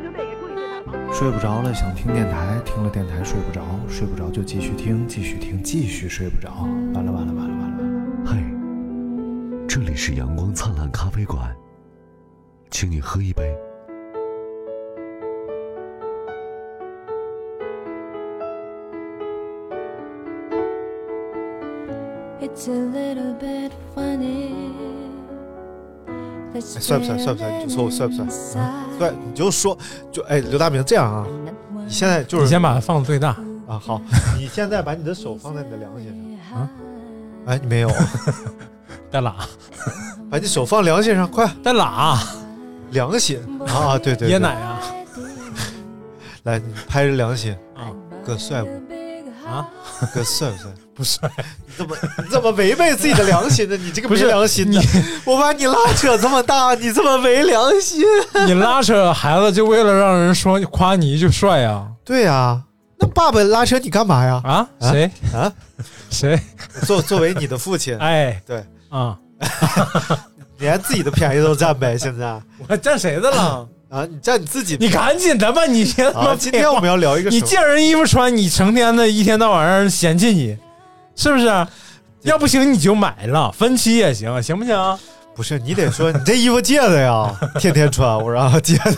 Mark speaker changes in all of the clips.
Speaker 1: 球队也注意这场。
Speaker 2: 睡不着了，想听电台，听了电台睡不着，睡不着就继续听，继续听，继续睡不着，完了完了完了完了完了。
Speaker 3: 嗨，这里是阳光灿烂咖啡馆，请你喝一杯。
Speaker 4: It's a little bit funny.
Speaker 5: 哎
Speaker 4: 算
Speaker 5: 算
Speaker 4: 不
Speaker 5: 不
Speaker 4: 算？
Speaker 5: 算？算
Speaker 4: 算不
Speaker 5: 不
Speaker 4: 算
Speaker 5: 算？？
Speaker 4: 你
Speaker 5: 你
Speaker 4: 就
Speaker 5: 就
Speaker 4: 说
Speaker 5: 说我算不算？？对，，你就说，就
Speaker 4: 我算不算对
Speaker 5: 哎，刘大明这样啊，
Speaker 4: 你
Speaker 5: 你
Speaker 4: 现
Speaker 5: 现在就
Speaker 2: 嗯你
Speaker 5: 是
Speaker 2: 先把它放最大，
Speaker 5: 啊，好，你现在把你的手放在你的凉鞋上，
Speaker 4: 在
Speaker 2: 啊
Speaker 4: 啊，
Speaker 5: 哎，你没有，
Speaker 2: 带喇，
Speaker 5: 把你手放凉鞋上，快，
Speaker 2: 带喇，
Speaker 5: 凉鞋啊，对对
Speaker 2: 椰
Speaker 5: 对，
Speaker 2: 奶啊
Speaker 5: 来，你拍着凉鞋，
Speaker 2: 啊
Speaker 5: 哥帅不？
Speaker 2: 啊！
Speaker 5: 哥帅不帅？
Speaker 2: 不帅，
Speaker 5: 你怎么你怎么违背自己的良心呢？你这个
Speaker 2: 不
Speaker 5: 没
Speaker 2: 是
Speaker 5: 良心的！我把你拉扯这么大，你这么没良心？
Speaker 2: 你拉扯孩子就为了让人说夸你一句帅呀？
Speaker 5: 对呀、那爸爸拉扯你干嘛呀？
Speaker 2: 啊，
Speaker 5: 啊
Speaker 2: 谁
Speaker 5: 啊？
Speaker 2: 谁？
Speaker 5: 作作为你的父亲，
Speaker 2: 哎，
Speaker 5: 对，
Speaker 2: 啊，
Speaker 5: 连自己的便宜都占呗， 现在啊，
Speaker 2: 我占谁的了？
Speaker 5: 你占你自己。
Speaker 2: 嗯你赶紧的吧，你别他妈
Speaker 5: 啊，今天我们要聊一个什
Speaker 2: 你
Speaker 5: 么？
Speaker 2: 借人衣服穿，你成天的一天到晚让人嫌弃你，是不是？要不行你就买了，分期也行，行不
Speaker 5: 啊
Speaker 2: 行？
Speaker 5: 不是你得说你这衣服借的 呀，天天穿，我让他借的。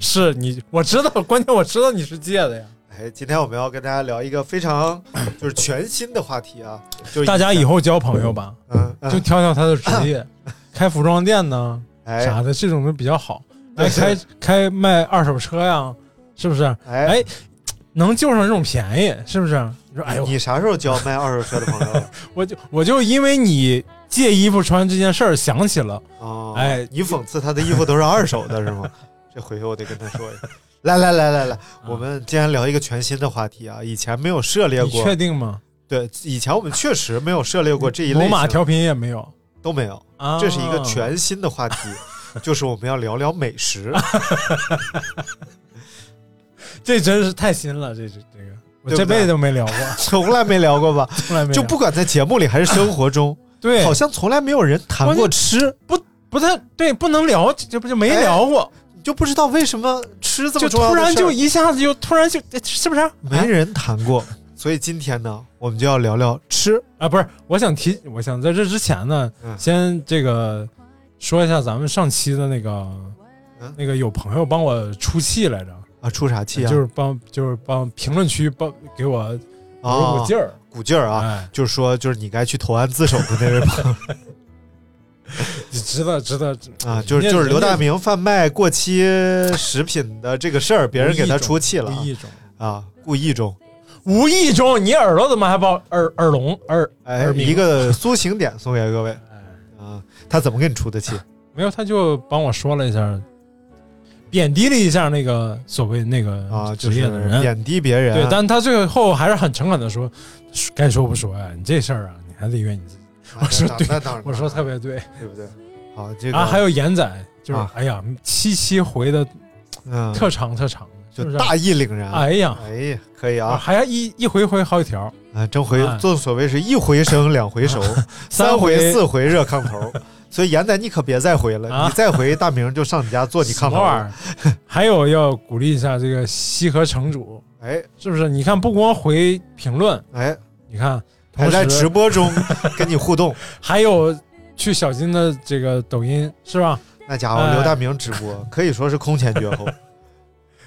Speaker 2: 是你，我知道，关键我知道你是借的呀。
Speaker 5: 哎，今天我们要跟大家聊一个非常 就是全新的话题啊，就是
Speaker 2: 大家以后交朋友吧，
Speaker 5: 嗯
Speaker 2: 就
Speaker 5: 嗯，
Speaker 2: 挑挑他的职业， 开服装店呢
Speaker 5: 哎
Speaker 2: 啥的，这种就比较好。
Speaker 5: 对
Speaker 2: 哎，开开卖二手车呀，是不是？
Speaker 5: 哎，
Speaker 2: 哎，能救上这种便宜，是不是？你说，哎呦，
Speaker 5: 你啥时候交卖二手车的朋友了？
Speaker 2: 我就我就因为你借衣服穿这件事儿想起了，
Speaker 5: 哦，
Speaker 2: 哎
Speaker 5: 你讽刺他的衣服都是二手的是吗？ 这回头我得跟他说一下。来来来来来，我们今天聊一个全新的话题啊，以前没有涉猎
Speaker 2: 嗯你
Speaker 5: 过
Speaker 2: 确。定吗？
Speaker 5: 对，以前我们确实没有涉猎过这一类
Speaker 2: 某
Speaker 5: 型，
Speaker 2: 马调频也没有。
Speaker 5: 都没有。
Speaker 2: 啊
Speaker 5: 这是一个全新的话 题，就是我们要聊聊美食。
Speaker 2: 这真是太新了，这这这个
Speaker 5: 对不
Speaker 2: 我
Speaker 5: 对
Speaker 2: 这辈子都没聊 过，
Speaker 5: 从来没聊过吧？
Speaker 2: 从 来没聊
Speaker 5: 就不管在节目里还是生活中，
Speaker 2: 对，
Speaker 5: 好像从来没有人谈过
Speaker 2: 关键
Speaker 5: 吃，
Speaker 2: 不太对，不能聊，这不就没
Speaker 5: 哎
Speaker 2: 聊过，
Speaker 5: 你就不知道为什么吃这么
Speaker 2: 就
Speaker 5: 重要
Speaker 2: 突
Speaker 5: 的
Speaker 2: 然
Speaker 5: 事儿
Speaker 2: 就一下子就突然就哎是不是啊？
Speaker 5: 没人谈过。所以今天呢，我们就要聊聊吃。
Speaker 2: 啊，不是，我想提，我想在这之前呢，
Speaker 5: 嗯
Speaker 2: 先这个说一下咱们上期的那个。
Speaker 5: 嗯
Speaker 2: 那个有朋友帮我出气来着，
Speaker 5: 啊，出啥气啊？
Speaker 2: 就是帮就是帮评论区帮给我鼓
Speaker 5: 啊
Speaker 2: 鼓，劲儿，
Speaker 5: 鼓劲儿啊，
Speaker 2: 哎，
Speaker 5: 就是说，就是你该去投案自首的那位朋友
Speaker 2: 值得值得
Speaker 5: 啊，就是就是刘大，明贩卖过期食品的这个事儿，别人给他出气了
Speaker 2: 人家
Speaker 5: 啊
Speaker 2: 无意中
Speaker 5: 啊，故意中，
Speaker 2: 无意中，你耳朵怎么还包耳耳聋耳
Speaker 5: 哎，
Speaker 2: 耳鸣
Speaker 5: 一个苏醒点送给各位啊，他怎么给你出的气？
Speaker 2: 没有，他就帮我说了一下，贬低了一下那个所谓那
Speaker 5: 啊，
Speaker 2: 个
Speaker 5: 就
Speaker 2: 嗯职
Speaker 5: 是
Speaker 2: 业的人，
Speaker 5: 贬低别人，啊
Speaker 2: 对，但他最后还是很诚恳的说，该说不说呀、你这事儿啊，你还得怨你自己。
Speaker 5: 我
Speaker 2: 说对
Speaker 5: 那啊当然，
Speaker 2: 我说特别对、
Speaker 5: 对不对？好，这个
Speaker 2: 啊，还有严仔，就是、
Speaker 5: 啊
Speaker 2: 哎呀，七七回的
Speaker 5: 嗯，
Speaker 2: 特长特长，是不？
Speaker 5: 就是大义凛然，
Speaker 2: 哎呀，
Speaker 5: 哎呀，可以
Speaker 2: 啊、
Speaker 5: 啊，
Speaker 2: 还一一回回好几条，
Speaker 5: 啊，正回
Speaker 2: 哎
Speaker 5: 正所谓是一回生两回熟，三
Speaker 2: 啊回
Speaker 5: 回四回热炕头。所以严仔，你可别再回了，
Speaker 2: 啊
Speaker 5: 你再回大明就上你家做你
Speaker 2: 什
Speaker 5: 炕头
Speaker 2: 么
Speaker 5: 了。
Speaker 2: 玩意儿？还有要鼓励一下这个西河城主，
Speaker 5: 哎
Speaker 2: 是不是？你看不光回评论，
Speaker 5: 哎，
Speaker 2: 你看同
Speaker 5: 还在
Speaker 2: 时
Speaker 5: 直播中跟你互 动，
Speaker 2: 还有去小金的这个抖音 是吧？
Speaker 5: 那家伙
Speaker 2: 哎
Speaker 5: 刘大明直播可以说是空前绝 后，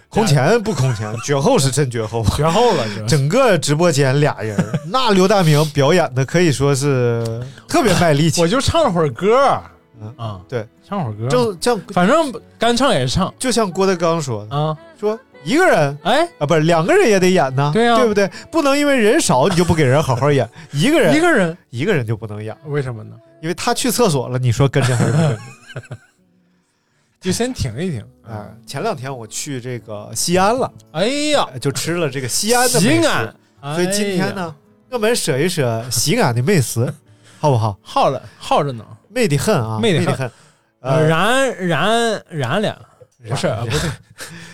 Speaker 5: 空前不空前，绝后是真绝后。
Speaker 2: 绝后了，这
Speaker 5: 整个直播间俩人，那刘大明表演的可以说是特别卖力气
Speaker 2: 我，就唱会儿歌儿
Speaker 5: 嗯
Speaker 2: 啊，
Speaker 5: 对，
Speaker 2: 唱会儿歌儿，
Speaker 5: 正像
Speaker 2: 反正干唱也唱
Speaker 5: 就像郭德纲说的，
Speaker 2: 啊，
Speaker 5: 说一个人
Speaker 2: 哎，
Speaker 5: 啊，不是两个人也得演呐，
Speaker 2: 对啊
Speaker 5: 不对？不能因为人少你就不给人好好 演，一个人
Speaker 2: 一个人
Speaker 5: 一个人就不能演，
Speaker 2: 为什么呢？
Speaker 5: 因为他去厕所了，你说跟着还是不 跟着？
Speaker 2: 就先停一停，
Speaker 5: 啊，前两天我去这个西安了，
Speaker 2: 哎呀，
Speaker 5: 就吃了这个西安的美
Speaker 2: 西
Speaker 5: 食，
Speaker 2: 安，
Speaker 5: 所以今天
Speaker 2: 哎呀，
Speaker 5: 呢，各门舍一舍喜俺的妹丝， 好不好？
Speaker 2: 耗了耗着呢，
Speaker 5: 美得很啊，
Speaker 2: 美
Speaker 5: 美
Speaker 2: 得很
Speaker 5: 得很。
Speaker 2: 呃，
Speaker 5: 呃，
Speaker 2: 燃燃燃俩，不是
Speaker 5: 燃
Speaker 2: 不对，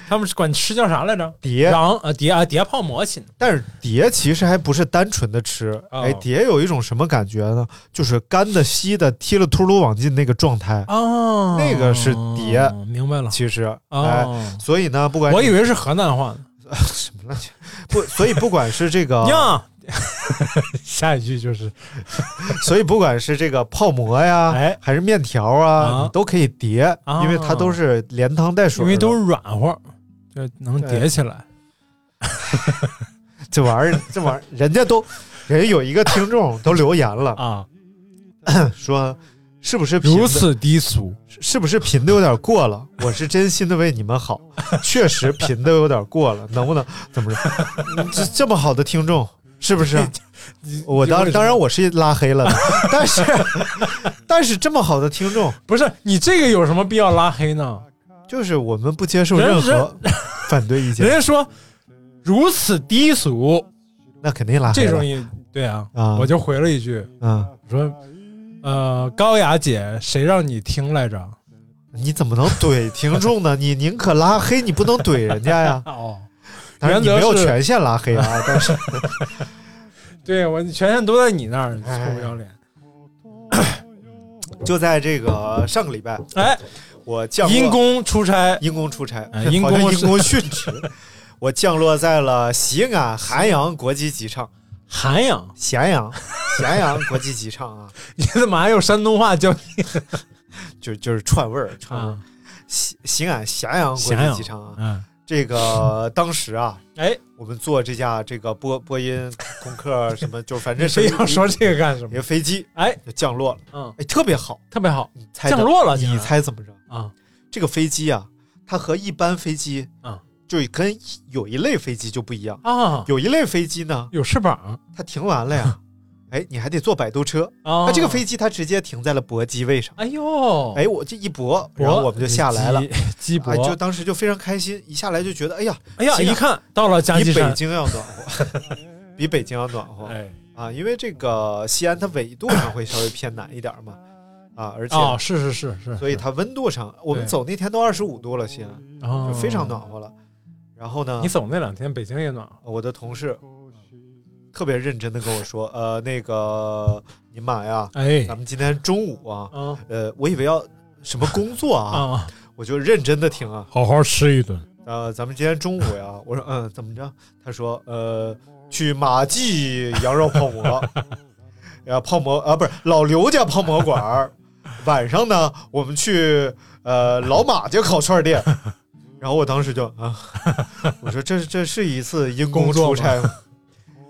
Speaker 2: 他们是管吃叫啥来着？
Speaker 5: 碟，
Speaker 2: 瓤啊碟啊碟泡馍亲，
Speaker 5: 但是碟其实还不是单纯的吃，
Speaker 2: 哦
Speaker 5: 哎，碟有一种什么感觉呢？就是干的、稀的，踢了秃噜往进那个状态，
Speaker 2: 哦，
Speaker 5: 那个是碟
Speaker 2: 明白了。
Speaker 5: 其实，哎，
Speaker 2: 哦，
Speaker 5: 所以呢，不管
Speaker 2: 我以
Speaker 5: 为
Speaker 2: 为是河南话呢。，
Speaker 5: 什么乱七 不，所以不管是这个
Speaker 2: 呀，啊下一句就是
Speaker 5: 所以不管是这个泡馍呀，
Speaker 2: 哎
Speaker 5: 还是面条
Speaker 2: 啊
Speaker 5: 啊，你都可以叠，
Speaker 2: 啊
Speaker 5: 因为它都是连汤带水
Speaker 2: 因
Speaker 5: 的，
Speaker 2: 为都是软和，就能
Speaker 5: 对
Speaker 2: 叠起来。
Speaker 5: 这玩意儿， 这玩意儿，人家都，人家有一个听众都留言了，
Speaker 2: 啊，
Speaker 5: 说是不是贫的
Speaker 2: 如此低俗，
Speaker 5: 是不是贫的有点过了？我是真心的为你们好， 确实贫的有点过了，能不能怎么着？这这么好的听众，是 不是？我当当然我是拉黑了的， 但是但是这么好的听众，
Speaker 2: 不是你这个有什么必要拉黑呢？
Speaker 5: 就是我们不接受
Speaker 2: 人
Speaker 5: 任 何反对意
Speaker 2: 人
Speaker 5: 见，
Speaker 2: 家说如此低俗，
Speaker 5: 那肯定拉黑
Speaker 2: 这
Speaker 5: 了
Speaker 2: 种也对啊，
Speaker 5: 啊
Speaker 2: 我就回了一句，
Speaker 5: 啊！
Speaker 2: 我说，呃，高雅姐，谁让你听来着？
Speaker 5: 你怎么能怼听众呢？你宁可拉黑，你不能怼人家呀。
Speaker 2: 哦，
Speaker 5: 当然你没有
Speaker 2: 原则是
Speaker 5: 权限拉黑啊，但是
Speaker 2: 对我权限都在你那儿，你
Speaker 5: 哎
Speaker 2: 臭不要脸！
Speaker 5: 就在这个上个礼拜，
Speaker 2: 哎，
Speaker 5: 我降落
Speaker 2: 因公出差，
Speaker 5: 因公出差，
Speaker 2: 哎因公
Speaker 5: 好像因
Speaker 2: 是
Speaker 5: 公殉职。我降落在了西安咸阳国际机场，
Speaker 2: 涵养，
Speaker 5: 咸阳，咸阳国际机场啊，
Speaker 2: 你怎么还有山东话教你
Speaker 5: 就就是串味儿，串味儿
Speaker 2: 啊。？
Speaker 5: 西西安咸阳国
Speaker 2: 咸
Speaker 5: 际
Speaker 2: 阳
Speaker 5: 机场啊，
Speaker 2: 嗯，
Speaker 5: 这个当时啊，
Speaker 2: 哎，
Speaker 5: 我们坐这架这个波波音空客什么，就反正
Speaker 2: 你
Speaker 5: 是
Speaker 2: 非要说这个干什
Speaker 5: 一
Speaker 2: 么？
Speaker 5: 个飞机
Speaker 2: 哎，
Speaker 5: 就降落了，
Speaker 2: 嗯，
Speaker 5: 哎，特别好。
Speaker 2: 特别好，
Speaker 5: 你猜怎
Speaker 2: 降落了，竟
Speaker 5: 你
Speaker 2: 然
Speaker 5: 猜怎么着？
Speaker 2: 啊？
Speaker 5: 这个飞机啊，它和一般飞机
Speaker 2: 啊，
Speaker 5: 就跟有一类飞机就不一样。
Speaker 2: 啊，
Speaker 5: 有一类飞机呢，
Speaker 2: 有翅膀
Speaker 5: 它停完了 呀，哎，你还得坐摆渡车。
Speaker 2: 啊！
Speaker 5: 它这个飞机它直接停在了泊机位上。
Speaker 2: 哎呦，
Speaker 5: 哎，我这一泊，
Speaker 2: 勃，
Speaker 5: 然后我们就下来了。
Speaker 2: 鸡，鸡
Speaker 5: 哎，就
Speaker 2: 脖。
Speaker 5: 当时就非常开心，一下来就觉得，哎呀，
Speaker 2: 哎呀，
Speaker 5: 鸡
Speaker 2: 一
Speaker 5: 呀
Speaker 2: 看到了加
Speaker 5: 比
Speaker 2: 鸡
Speaker 5: 北
Speaker 2: 山，
Speaker 5: 京要暖和， 比北京要暖和。
Speaker 2: 哎，
Speaker 5: 啊，因为这个西安它纬度上会稍微偏南一点嘛，啊，而且、
Speaker 2: 哦，是是是是，
Speaker 5: 所以它温度上，我们
Speaker 2: 对
Speaker 5: 走那天都二十五度了，西安
Speaker 2: 哦
Speaker 5: 就非常暖。和了。然后呢
Speaker 2: 你，走那两天，北京也暖和。
Speaker 5: 我的同事特别认真的跟我说，呃，那个你妈呀，
Speaker 2: 哎，
Speaker 5: 咱们今天中午啊，
Speaker 2: 啊
Speaker 5: 呃，我以为要什么工作啊，
Speaker 2: 啊，
Speaker 5: 我就认真的听啊，
Speaker 2: 好好吃一顿。
Speaker 5: 呃，咱们今天中午 呀，我说嗯，怎么着？他说呃，去马 记羊肉泡馍，然后泡馍啊，不是老刘家泡馍馆 儿。晚上呢，我们去呃老马家烤串 店。然后我当时就啊，我说这这是一次因公
Speaker 2: 工作
Speaker 5: 出
Speaker 2: 吗
Speaker 5: 差 吗？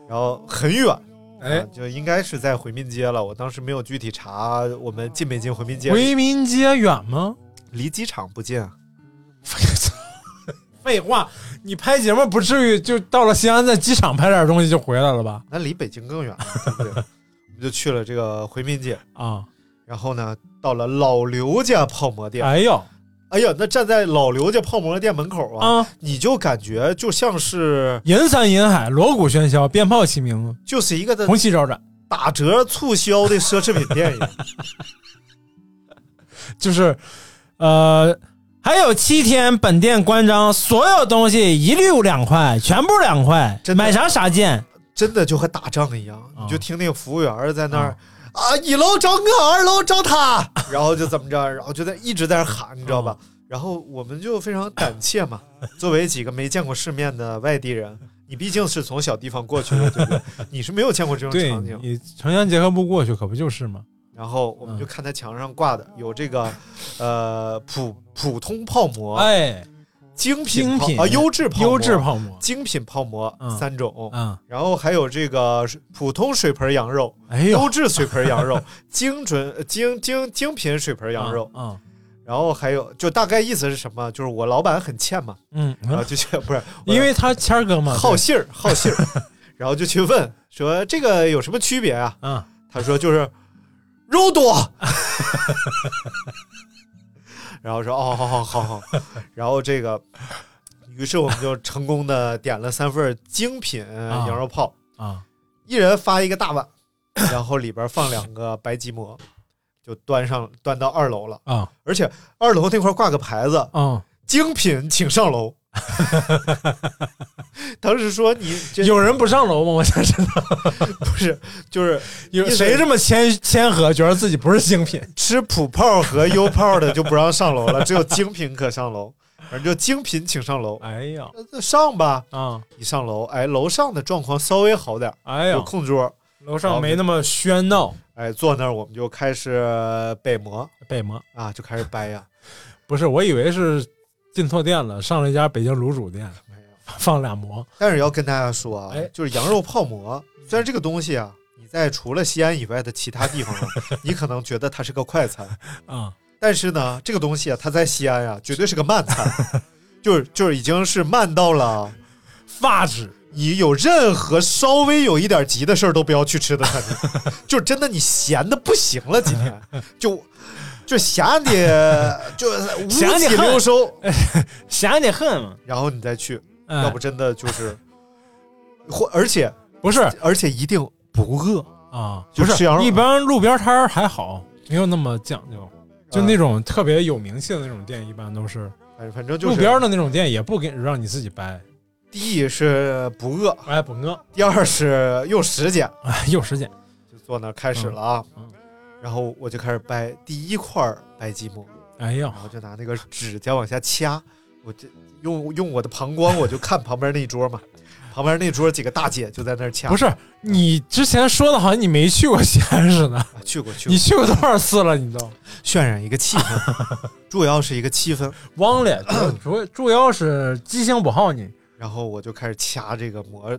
Speaker 5: 然后很远，
Speaker 2: 哎
Speaker 5: 啊，就应该是在回民街了。我当时没有具体查我们进没进回民街，
Speaker 2: 回民街远吗？
Speaker 5: 离机场不近啊。
Speaker 2: 废话，你拍节目不至于就到了西安，在机场拍点东西就回来了吧？
Speaker 5: 那离北京更远，对不对？我们就去了这个回民街，
Speaker 2: 啊，
Speaker 5: 然后呢，到了老刘家泡馍店。
Speaker 2: 哎呦
Speaker 5: 哎呀，那站在老刘家泡馍店门口啊，
Speaker 2: 啊，
Speaker 5: 你就感觉就像是
Speaker 2: 银山银海，锣鼓喧嚣，鞭炮齐鸣，
Speaker 5: 就是一个的
Speaker 2: 红旗招展，
Speaker 5: 打折促销的奢侈品店一 样。
Speaker 2: 就是，呃。还有七天，本店关张，所有东西一律两块，全部两块，
Speaker 5: 真的
Speaker 2: 买啥啥见。
Speaker 5: 真的就和打仗一样，
Speaker 2: 啊
Speaker 5: 你就听那个服务员在那儿。啊，一楼招我，二楼招 他，然后就怎么着，然后就在一直在那喊，你知
Speaker 2: 啊
Speaker 5: 道吧？然后我们就非常胆怯嘛，作为几个没见过世面的外地人，你毕竟是从小地方过去的，对不对？你是没有见过这种
Speaker 2: 对
Speaker 5: 场景，
Speaker 2: 你城乡结合部过去可不就是吗？
Speaker 5: 然后
Speaker 2: 嗯
Speaker 5: 我们就看他墙上挂的有这个，呃，普普通泡馍、
Speaker 2: 哎，
Speaker 5: 精品泡
Speaker 2: 精品
Speaker 5: 啊、优质泡馍、
Speaker 2: 优质泡馍，
Speaker 5: 精品泡馍、
Speaker 2: 嗯
Speaker 5: 三种，
Speaker 2: 嗯，
Speaker 5: 然后还有这个水普通水盆羊肉、
Speaker 2: 哎呦，
Speaker 5: 优质水盆羊 肉、精准呃精精精品水盆羊肉，
Speaker 2: 嗯
Speaker 5: 然后还有就大概意思是什么？就是我老板很欠嘛，
Speaker 2: 嗯
Speaker 5: 然后
Speaker 2: 嗯，
Speaker 5: 就去 不是
Speaker 2: 因为他谦儿哥嘛，
Speaker 5: 呃好信儿好 信儿，然后就去问说这个有什么区别啊？
Speaker 2: 啊，
Speaker 5: 他说就是肉多， 然后说哦，好好好好，然后这个，于是我们就成功的点了三份精品羊肉泡，
Speaker 2: 啊，
Speaker 5: 一人发一个大碗，然后里边放两个白吉馍，就端上端到二楼了。
Speaker 2: 啊
Speaker 5: 而且二楼那块挂个牌子
Speaker 2: 啊！：“
Speaker 5: 精品请上楼。” 当时说你这
Speaker 2: 有人不上楼吗？我想知道，
Speaker 5: 不是就是
Speaker 2: 有
Speaker 5: 意思
Speaker 2: 谁这么谦谦和，觉得自己不是精品？
Speaker 5: 吃普泡和优泡的就不让上楼了，只有精品可上楼。反正就精品请上楼，
Speaker 2: 哎呀
Speaker 5: 那那上吧，
Speaker 2: 啊！
Speaker 5: 一上楼，哎，楼上的状况稍微好点儿，
Speaker 2: 哎呀
Speaker 5: 有，空桌，
Speaker 2: 楼上没那么喧闹，
Speaker 5: 哎，坐那儿我们就开始背馍
Speaker 2: 北吗？
Speaker 5: 啊，就开始掰呀，
Speaker 2: 不是，我以为是进错店了，上了一家北京卤煮店，
Speaker 5: 没有。
Speaker 2: 放俩馍。
Speaker 5: 但是要跟大家说啊
Speaker 2: 哎，
Speaker 5: 就是羊肉泡馍，虽然这个东西啊，你在除了西安以外的其他地方啊， 你可能觉得它是个快餐，
Speaker 2: 啊
Speaker 5: 但是呢，这个东西啊，它在西安啊，绝对是个慢餐， 就是就是已经是慢到了。
Speaker 2: 发指，
Speaker 5: 你有任何稍微有一点急的事儿都不要去吃的餐厅，就真的你闲的不行了，今天就就闲的就无
Speaker 2: 闲得
Speaker 5: 几
Speaker 2: 很
Speaker 5: 溜收，
Speaker 2: 想得很嘛。
Speaker 5: 然后你再去，
Speaker 2: 哎
Speaker 5: 要不真的就是，或而且
Speaker 2: 不是
Speaker 5: 而且一定不饿，
Speaker 2: 啊，
Speaker 5: 就
Speaker 2: 不
Speaker 5: 吃羊肉
Speaker 2: 是，一般路边摊儿还好，没有那么讲究。就
Speaker 5: 嗯
Speaker 2: 那种特别有名气的那种店，一般都是
Speaker 5: 反正反正就
Speaker 2: 路边
Speaker 5: 是
Speaker 2: 儿的那种店，也不给让你自己掰，
Speaker 5: 第一是不饿，
Speaker 2: 哎，不饿，
Speaker 5: 第二是又时间，
Speaker 2: 哎，有时间，
Speaker 5: 就坐那儿开始了啊
Speaker 2: 嗯嗯，
Speaker 5: 然后我就开始掰第一块儿掰积木，
Speaker 2: 哎呀
Speaker 5: 然，后就拿那个指甲往下掐，我这用用我的膀胱，我就看旁边那一桌嘛，旁边那桌几个大姐就在那儿掐，
Speaker 2: 不是你之前说的，好像你没去过西安似的，
Speaker 5: 啊去过去过
Speaker 2: 你，去过多少次了？你都
Speaker 5: 渲染一个气氛， 主要是一个气氛，
Speaker 2: 忘了， 主主要是记性不好你。
Speaker 5: 然后我就开始掐这个膜，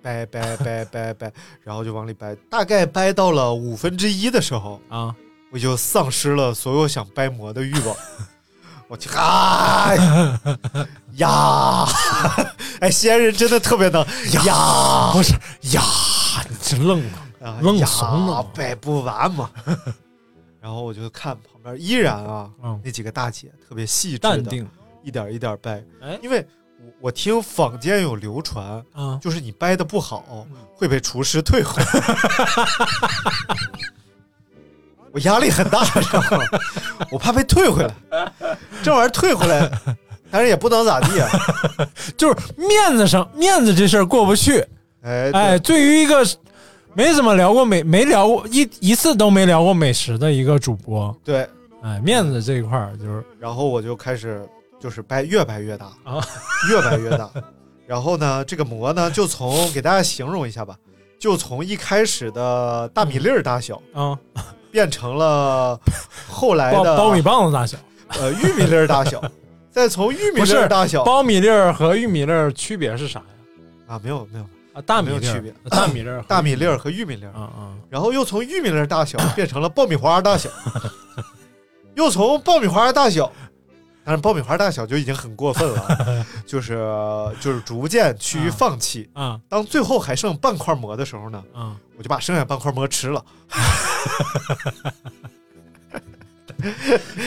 Speaker 5: 掰掰掰掰掰，然后就往里掰，大概掰到了五分之一的时候，
Speaker 2: 啊，
Speaker 5: 我就丧失了所有想掰馍的欲望。我去，哎 呀，哎，西安人真的特别能呀
Speaker 2: 不是呀，你这愣了，
Speaker 5: 啊
Speaker 2: 愣怂了
Speaker 5: 呀掰不完嘛。然后我就看旁边，依然啊，
Speaker 2: 嗯，
Speaker 5: 那几个大姐特别细致
Speaker 2: 淡
Speaker 5: 的，
Speaker 2: 定，
Speaker 5: 一点一点掰。
Speaker 2: 哎
Speaker 5: 因为我我听坊间有流传，
Speaker 2: 啊，嗯
Speaker 5: 就是你掰的不好会被厨师退回。 我压力很大，你知道吗？我怕被退回来。这玩意儿退回来，但是也不能咋地啊。
Speaker 2: 就是面子上面子这事儿过不去。
Speaker 5: 哎，对
Speaker 2: 哎，对于一个没怎么聊过美，没聊过一一次都没聊过美食的一个主播，
Speaker 5: 对，
Speaker 2: 哎，面子这一块儿就是
Speaker 5: 然后我就开始就是掰，越掰越大
Speaker 2: 啊，
Speaker 5: 越掰越大。然后呢，这个馍呢，就从给大家形容一下吧，就从一开始的大米粒儿大小，
Speaker 2: 啊，
Speaker 5: 变成了后来
Speaker 2: 苞
Speaker 5: 的
Speaker 2: 苞米棒子大小，
Speaker 5: 呃玉米粒儿大 小，再从玉米
Speaker 2: 不
Speaker 5: 粒
Speaker 2: 是
Speaker 5: 儿大小
Speaker 2: 苞米粒儿和玉米粒儿区别是啥呀？
Speaker 5: 啊，没有没有，
Speaker 2: 啊，大米
Speaker 5: 没有
Speaker 2: 粒儿
Speaker 5: 区别
Speaker 2: 大米粒儿和，
Speaker 5: 大米粒儿和玉米粒儿，
Speaker 2: 啊啊，
Speaker 5: 然后又从玉米粒儿大小变成了爆米花大 小，又从爆米花大小，但是爆米花大小就已经很过分了啊，就是就是逐渐趋于放弃。
Speaker 2: 啊
Speaker 5: 当最后还剩半块馍的时候呢，
Speaker 2: 啊！
Speaker 5: 我就把剩下半块馍吃了。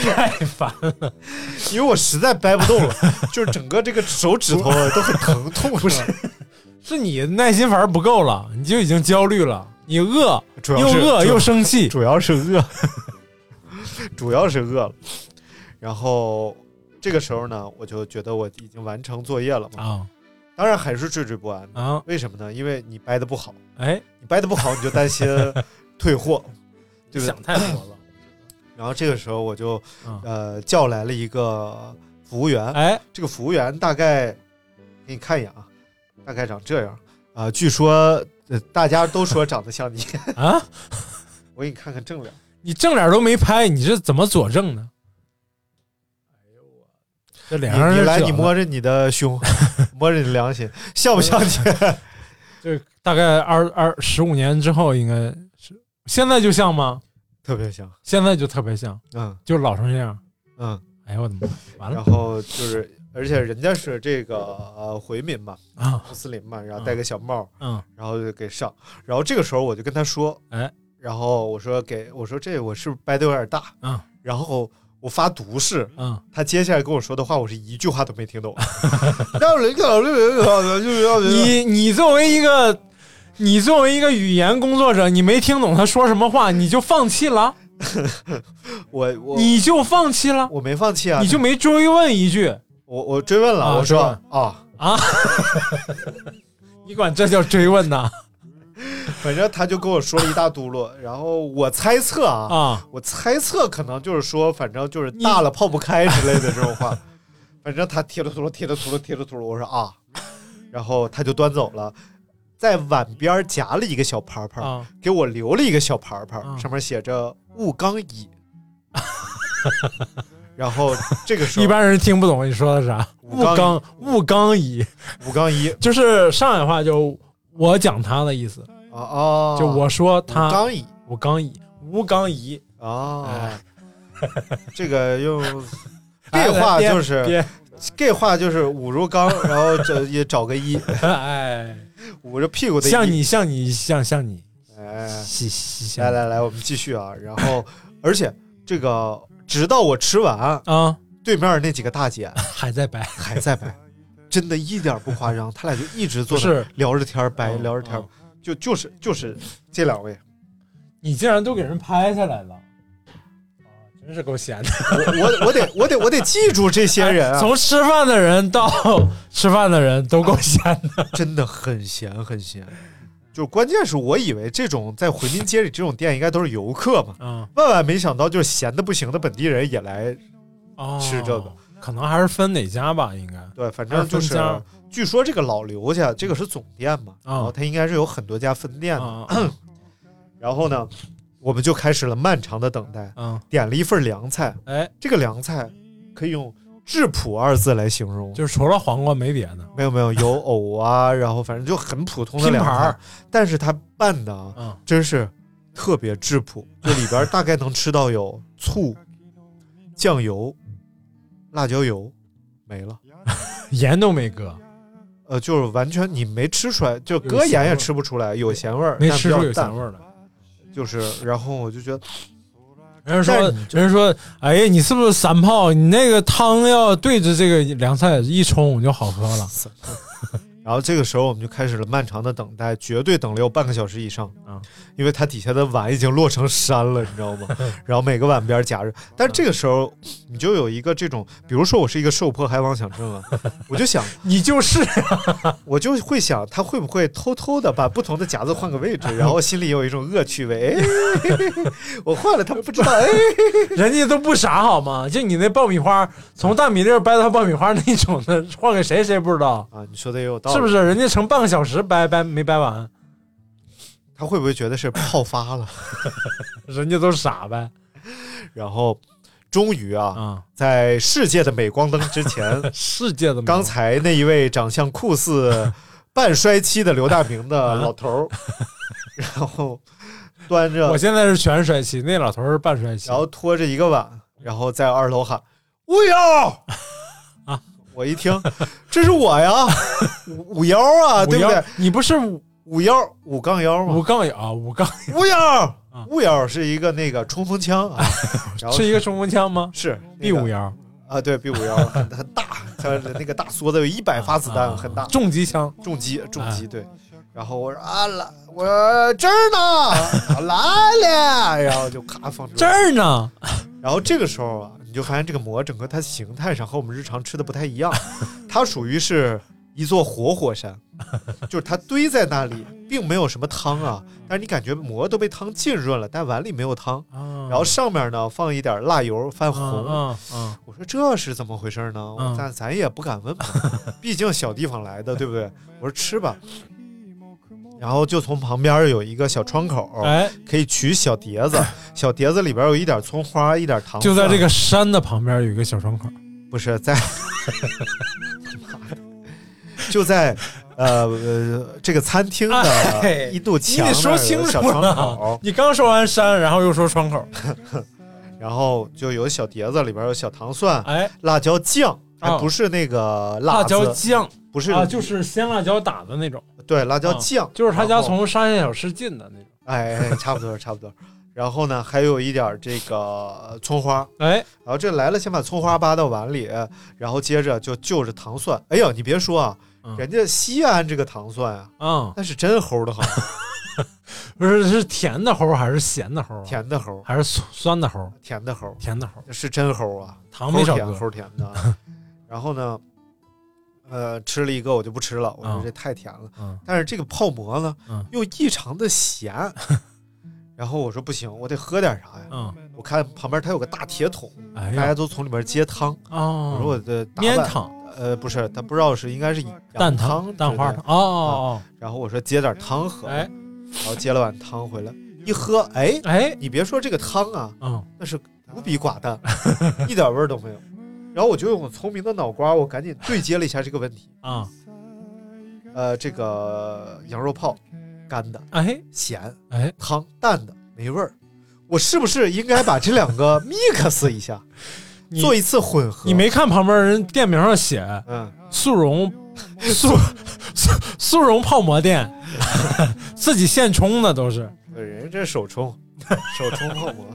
Speaker 2: 太烦了，
Speaker 5: 因为我实在掰不 动了，就是整个这个手指头啊都很疼痛。不是，
Speaker 2: 是你耐心反而不够了，你就已经焦虑了，你饿
Speaker 5: 主
Speaker 2: 又
Speaker 5: 要是
Speaker 2: 饿
Speaker 5: 主
Speaker 2: 又生气，
Speaker 5: 主要是饿， 主要是饿了。然后这个时候呢，我就觉得我已经完成作业了嘛，
Speaker 2: 啊
Speaker 5: 当然还是惴惴不安的。
Speaker 2: 啊！
Speaker 5: 为什么呢？因为你掰的不好，
Speaker 2: 哎，
Speaker 5: 你掰的不好，你就担 心退货，对不对？
Speaker 2: 想太多了，
Speaker 5: 然后这个时候我就
Speaker 2: 嗯
Speaker 5: 呃叫来了一个服务员，
Speaker 2: 哎
Speaker 5: 这个服务员大概给你看一眼啊，大概长这样啊、据说、呃、大家都说长得像你，
Speaker 2: 啊，
Speaker 5: 我给你看看正脸。
Speaker 2: 你正脸都没拍，你这怎么佐证呢？哎呦我，这脸上
Speaker 5: 你你
Speaker 2: 是
Speaker 5: 来，
Speaker 2: 褶
Speaker 5: 你
Speaker 2: 子
Speaker 5: 摸着你的胸， 摸着你的良心，像不像你？
Speaker 2: 这大概二二十五年之后，应该是现在就像吗？
Speaker 5: 特别像，
Speaker 2: 现在就特别像，
Speaker 5: 嗯
Speaker 2: 就老成这样。
Speaker 5: 嗯。
Speaker 2: 哎呦我的妈！完
Speaker 5: 然
Speaker 2: 了
Speaker 5: 后就是，而且人家是这个呃回民嘛，
Speaker 2: 啊，
Speaker 5: 穆斯林嘛，然后戴个小帽，
Speaker 2: 嗯，
Speaker 5: 然后就给上。然后这个时候我就跟他说，
Speaker 2: 哎，
Speaker 5: 然后我说给我说这我是不是掰的有点大？
Speaker 2: 嗯，
Speaker 5: 然后我发毒誓，
Speaker 2: 嗯，
Speaker 5: 他接下来跟我说的话，我是一句话都没 啊听懂。要领导，领导，领导，领导，
Speaker 2: 你你作为一个你作为一个语言工作者，你没听懂他说什么话，你就放弃了，
Speaker 5: 我我
Speaker 2: 你就放弃了，
Speaker 5: 我没放弃啊，
Speaker 2: 你就没追问一句
Speaker 5: 我我追问了，
Speaker 2: 啊
Speaker 5: 我说
Speaker 2: 追
Speaker 5: 啊，
Speaker 2: 啊？你管这叫追问呐？
Speaker 5: 反正他就跟我说了一大嘟 噜，然后我猜测啊，
Speaker 2: 啊，
Speaker 5: 我猜测可能就是说，反正就是
Speaker 2: 你
Speaker 5: 大了泡不开之类的这种话， 反正他贴了秃噜，贴了秃噜，贴了秃噜，我说啊，然后他就端走了，在碗边儿夹了一个小盘盘，
Speaker 2: 啊
Speaker 5: 给我留了一个小盘盘，
Speaker 2: 啊
Speaker 5: 上面写着“勿刚乙”， 然后这个时候
Speaker 2: 一般人听不懂你说的啥。
Speaker 5: 武
Speaker 2: 勿
Speaker 5: 钢
Speaker 2: 刚勿刚矣，
Speaker 5: 武刚一
Speaker 2: 就是上海话就我讲他的意思，
Speaker 5: 啊啊，
Speaker 2: 就我说
Speaker 5: 武
Speaker 2: 他
Speaker 5: 刚乙
Speaker 2: 我刚矣，吴刚矣，
Speaker 5: 啊
Speaker 2: 哎，
Speaker 5: 这个用 gay 话就
Speaker 2: 哎
Speaker 5: 是
Speaker 2: 别
Speaker 5: gay 话就是捂住刚，然后这也找个一
Speaker 2: 别哎，
Speaker 5: 捂着屁股的一
Speaker 2: 像你像你像像你，
Speaker 5: 哎，
Speaker 2: 嘻嘻嘻
Speaker 5: 来来来，我们继续啊，然后而且这个直到我吃完，
Speaker 2: 啊，
Speaker 5: 对面那几个大姐
Speaker 2: 还在掰，
Speaker 5: 还在掰，真的一点不夸张，他俩就一直坐
Speaker 2: 不
Speaker 5: 那
Speaker 2: 是
Speaker 5: 聊着天儿掰，
Speaker 2: 嗯
Speaker 5: 聊着天儿
Speaker 2: 嗯，
Speaker 5: 就就是就是这两位，
Speaker 2: 你竟然都给人拍下来了，啊，真是够闲的。
Speaker 5: 我我我得我得我得记住这些人啊，
Speaker 2: 哎从吃饭的人到 吃饭的人都够闲的。
Speaker 5: 真的很闲很闲。就关键是我以为这种在回民街里这种店应该都是游客嘛，
Speaker 2: 嗯，
Speaker 5: 万万没想到就是闲的不行的本地人也来。
Speaker 2: 哦
Speaker 5: 是这个，
Speaker 2: 可能还是分哪家吧，应该。
Speaker 5: 对，反正就
Speaker 2: 还
Speaker 5: 是
Speaker 2: 有分家
Speaker 5: 据说这个老刘家这个是总店嘛，
Speaker 2: 啊
Speaker 5: 然后他应该是有很多家分店的。
Speaker 2: 啊啊
Speaker 5: 然后呢，我们就开始了漫长的等待，
Speaker 2: 嗯，
Speaker 5: 点了一份凉菜，
Speaker 2: 哎，
Speaker 5: 这个凉菜可以用质朴二字来形容。
Speaker 2: 就是除了黄瓜没别的。
Speaker 5: 没有没有，有藕啊，然后反正就很普通的
Speaker 2: 拼
Speaker 5: 凉
Speaker 2: 盘
Speaker 5: 菜
Speaker 2: 儿，
Speaker 5: 但是它拌的啊，
Speaker 2: 嗯，
Speaker 5: 真是特别质朴，就里边儿大概能吃到有醋、酱油、辣椒油，没了。
Speaker 2: 盐都没搁，
Speaker 5: 呃，就是完全你没吃出来，就
Speaker 2: 有
Speaker 5: 搁
Speaker 2: 咸
Speaker 5: 盐
Speaker 2: 味
Speaker 5: 也
Speaker 2: 儿
Speaker 5: 吃不出来，有咸味儿，
Speaker 2: 没
Speaker 5: 但
Speaker 2: 吃
Speaker 5: 比
Speaker 2: 出
Speaker 5: 较
Speaker 2: 有
Speaker 5: 淡
Speaker 2: 咸味儿来。
Speaker 5: 就是，然后我就觉得
Speaker 2: 人家说
Speaker 5: 但是你，
Speaker 2: 人家说，哎呀，你是不是三炮？你那个汤要对着这个凉菜一冲就好 喝了。
Speaker 5: 然后这个时候我们就开始了漫长的等待，绝对等了有半个小时以上啊
Speaker 2: 嗯，
Speaker 5: 因为它底下的碗已经落成山了，你知 道吗？然后每个碗边夹着，但是这个时候你就有一个这种，比如说我是一个受迫害妄想症啊，我就想，
Speaker 2: 你就是
Speaker 5: 我就会想他会不会偷偷的把不同的夹子换个位置，然后心里有一种恶趣味，哎， 我换了他们不知道，哎，
Speaker 2: 人家都不傻好吗？就你那爆米花，从大米粒儿掰到爆米花那种的， 换给谁谁不知道，
Speaker 5: 啊，你说的也有道理，
Speaker 2: 是不？是？人家成半个小时掰掰没掰完，
Speaker 5: 他会不会觉得是泡发了？
Speaker 2: 人家都傻呗。
Speaker 5: 然后终于啊，
Speaker 2: 啊，
Speaker 5: 在世界的镁光灯之前。
Speaker 2: 世界的美
Speaker 5: 刚才那一位长相酷 似半衰期的刘大明
Speaker 2: 啊
Speaker 5: 的老头儿，然后端着
Speaker 2: 我，现在是全衰期，那老头儿是半衰期
Speaker 5: 然。后拖着一个碗，然后在二楼喊“五幺”啊！我一听，这是我呀，五五幺啊，
Speaker 2: 五
Speaker 5: 对不
Speaker 2: 幺
Speaker 5: 对？，
Speaker 2: 你不是五
Speaker 5: 五幺五杠幺
Speaker 2: 五
Speaker 5: 嘛，
Speaker 2: 杠呀啊？五杠
Speaker 5: 五幺
Speaker 2: 啊
Speaker 5: 五幺是一个那个冲锋枪啊， 然后
Speaker 2: 是一个冲锋枪吗
Speaker 5: 是
Speaker 2: ？B 五
Speaker 5: 幺
Speaker 2: 幺
Speaker 5: 啊，对 B 五幺很很大，它那个大梭子有一百发子弹，很大。
Speaker 2: 啊重机枪。
Speaker 5: 重击，重
Speaker 2: 哎
Speaker 5: 击，对。然后我说啊来，我说这儿呢，来了，然后就咔放出来
Speaker 2: 这。儿呢，
Speaker 5: 然后这个时候啊，你就发现这个馍整个它形态上和我们日常吃的不太一 样，它属于是一座活火山，就是它堆在那里，并没有什么汤啊，但是你感觉馍都被汤浸润了，但碗里没有汤。
Speaker 2: 然
Speaker 5: 然后上面呢放一点辣油泛红，
Speaker 2: 嗯嗯
Speaker 5: 我说这是怎么回事呢？
Speaker 2: 嗯
Speaker 5: 咱咱也不敢问嘛，毕竟小地方来的，对不对？我说吃吧，然后就从旁边有一个小窗口，
Speaker 2: 嗯，哎，
Speaker 5: 可以取小碟子，小碟子里边有一点葱花，一点糖蒜。
Speaker 2: 就在这个山的旁边有一个小窗口，
Speaker 5: 不是在，就在呃呃这个餐厅
Speaker 2: 哎
Speaker 5: 的一堵
Speaker 2: 你
Speaker 5: 墙
Speaker 2: 得
Speaker 5: 那
Speaker 2: 说
Speaker 5: 儿有
Speaker 2: 清
Speaker 5: 个
Speaker 2: 楚
Speaker 5: 小窗
Speaker 2: 了
Speaker 5: 口。。
Speaker 2: 你刚说完山，然后又说 窗口，
Speaker 5: 然后就有小碟子，里边有小糖蒜、
Speaker 2: 哎，
Speaker 5: 辣椒酱，还
Speaker 2: 哦
Speaker 5: 不是那个辣
Speaker 2: 辣
Speaker 5: 子
Speaker 2: 椒酱
Speaker 5: 不是
Speaker 2: 啊，就是鲜辣椒打的那种，
Speaker 5: 对，辣椒
Speaker 2: 啊
Speaker 5: 酱，
Speaker 2: 就是他家
Speaker 5: 然后
Speaker 2: 从沙县小吃进的那种。
Speaker 5: 哎哎，差不多差不多。然后呢，还有一点儿这个葱花，
Speaker 2: 哎，
Speaker 5: 然后这来了，先把葱花扒到碗里，然后接着就就着糖蒜。哎呦，你别说啊，
Speaker 2: 嗯
Speaker 5: 人家西安这个糖蒜啊，
Speaker 2: 嗯，
Speaker 5: 那是真齁 的很，
Speaker 2: 不是是甜的齁还是咸的齁啊？
Speaker 5: 甜的齁，
Speaker 2: 还是酸酸的齁？
Speaker 5: 甜的齁，
Speaker 2: 甜的齁，
Speaker 5: 是真齁啊，
Speaker 2: 糖没少
Speaker 5: 齁甜
Speaker 2: 搁。
Speaker 5: 齁甜 的。然后呢，呃，吃了一个我就不吃了，我说
Speaker 2: 嗯
Speaker 5: 这太甜了。
Speaker 2: 嗯
Speaker 5: 但是这个泡馍呢，
Speaker 2: 嗯
Speaker 5: 又异常的 咸。然后我说不行，我得喝点啥呀？
Speaker 2: 嗯，
Speaker 5: 我看旁边它有个大铁桶，
Speaker 2: 哎
Speaker 5: 大家
Speaker 2: 呀，
Speaker 5: 都从里面接汤。我说我
Speaker 2: 哦，
Speaker 5: 的打
Speaker 2: 面
Speaker 5: 扮，
Speaker 2: 汤、
Speaker 5: 呃，不是，他不知道是应该是
Speaker 2: 蛋
Speaker 5: 汤
Speaker 2: 汤、蛋花
Speaker 5: 之类
Speaker 2: 汤
Speaker 5: 的。
Speaker 2: 哦哦
Speaker 5: 然后我说接点汤
Speaker 2: 哦，
Speaker 5: 喝，
Speaker 2: 哎
Speaker 5: 然后接了碗汤回来，一喝，哎，
Speaker 2: 哎，
Speaker 5: 你别说这个汤啊，
Speaker 2: 嗯
Speaker 5: 那是无比寡淡， 一点味儿都没有。然后我就用我聪明的脑瓜，我赶紧对接了一下这个问题。
Speaker 2: 啊，
Speaker 5: 呃，这个羊肉泡，干的
Speaker 2: 哎
Speaker 5: 咸，
Speaker 2: 哎，
Speaker 5: 汤淡的没味儿，我是不是应该把这两个 mix 一下，
Speaker 2: 你
Speaker 5: 做一次混合？
Speaker 2: 你没看旁边人店名上写
Speaker 5: 嗯，
Speaker 2: 速溶速速速溶泡馍店， 自己现冲的都是。
Speaker 5: 人家这手 冲，手冲泡馍。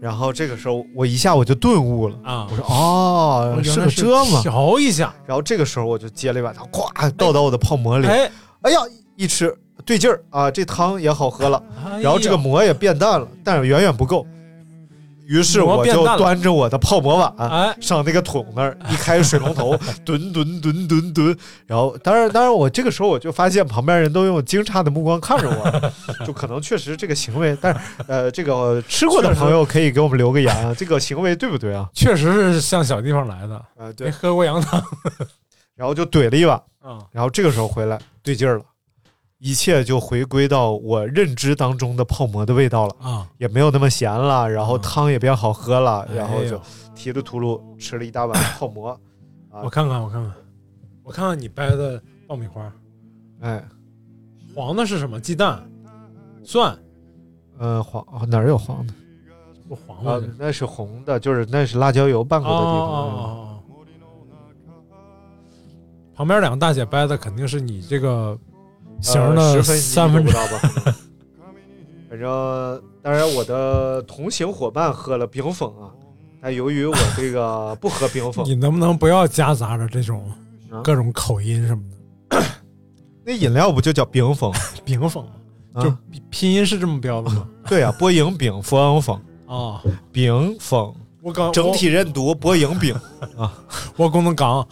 Speaker 5: 然后这个时候，我一下我就顿悟了
Speaker 2: 啊
Speaker 5: 我说哦，
Speaker 2: 原
Speaker 5: 是
Speaker 2: 来
Speaker 5: 个这么。
Speaker 2: 调一下，
Speaker 5: 然后这个时候我就接了一把汤，咵倒到我的泡馍里。
Speaker 2: 哎，
Speaker 5: 哎呀，一吃对劲儿啊，这汤也好喝了，
Speaker 2: 哎
Speaker 5: 然后这个
Speaker 2: 呀
Speaker 5: 馍也变淡了，但是远远不够。于是
Speaker 2: 馍
Speaker 5: 我
Speaker 2: 变
Speaker 5: 就
Speaker 2: 淡了
Speaker 5: 端着我的泡馍碗、
Speaker 2: 哎
Speaker 5: 上那个桶那儿，一开水龙头，吨吨吨吨吨。然后，当然，当然，我这个时候我就发现旁边人都用惊诧的目光看着我，就可能确实这个行为，但是呃，这个吃过的朋友可以给我们留个言啊，这个行为对不对啊？
Speaker 2: 确实是向小地方来的，
Speaker 5: 呃，
Speaker 2: 没
Speaker 5: 对。
Speaker 2: 喝过羊汤
Speaker 5: 然后就怼了一碗，
Speaker 2: 啊，
Speaker 5: 然后这个时候回来对劲儿了，一切就回归到我认知当中的泡馍的味道了，
Speaker 2: 啊，
Speaker 5: 也没有那么咸了，然后
Speaker 2: 嗯
Speaker 5: 汤也变好喝了，然后
Speaker 2: 哎
Speaker 5: 就
Speaker 2: 呦
Speaker 5: 提着秃噜吃了一大碗泡馍。
Speaker 2: 我看看，我看看，我看看你掰的爆米花，
Speaker 5: 哎，
Speaker 2: 黄的是什么？鸡蛋、蒜，
Speaker 5: 呃，黄、哦哪儿有黄的？
Speaker 2: 不黄
Speaker 5: 啊
Speaker 2: 的。，
Speaker 5: 那是红的，就是那是辣椒油拌
Speaker 2: 哦
Speaker 5: 过的地
Speaker 2: 哦
Speaker 5: 方。嗯
Speaker 2: 哦哦哦，旁边两个大姐掰的肯定是你这个型儿
Speaker 5: 呃
Speaker 2: 的
Speaker 5: 十分
Speaker 2: 三分
Speaker 5: 之
Speaker 2: 之
Speaker 5: 一都不到 吧。反正，当然我的同行伙伴喝了冰粉啊，但由于我这 个不喝冰粉
Speaker 2: 你，能不能不要夹杂着这种
Speaker 5: 啊
Speaker 2: 各种口音什么的？
Speaker 5: 那饮料不就叫冰粉？
Speaker 2: 饼讽吗？
Speaker 5: 啊
Speaker 2: 就拼拼音是这么标的吗？
Speaker 5: 对啊，波影饼、佛昂粉、
Speaker 2: 啊，
Speaker 5: 饼粉，
Speaker 2: 我刚
Speaker 5: 整体认读波影饼。
Speaker 2: 我我功能刚，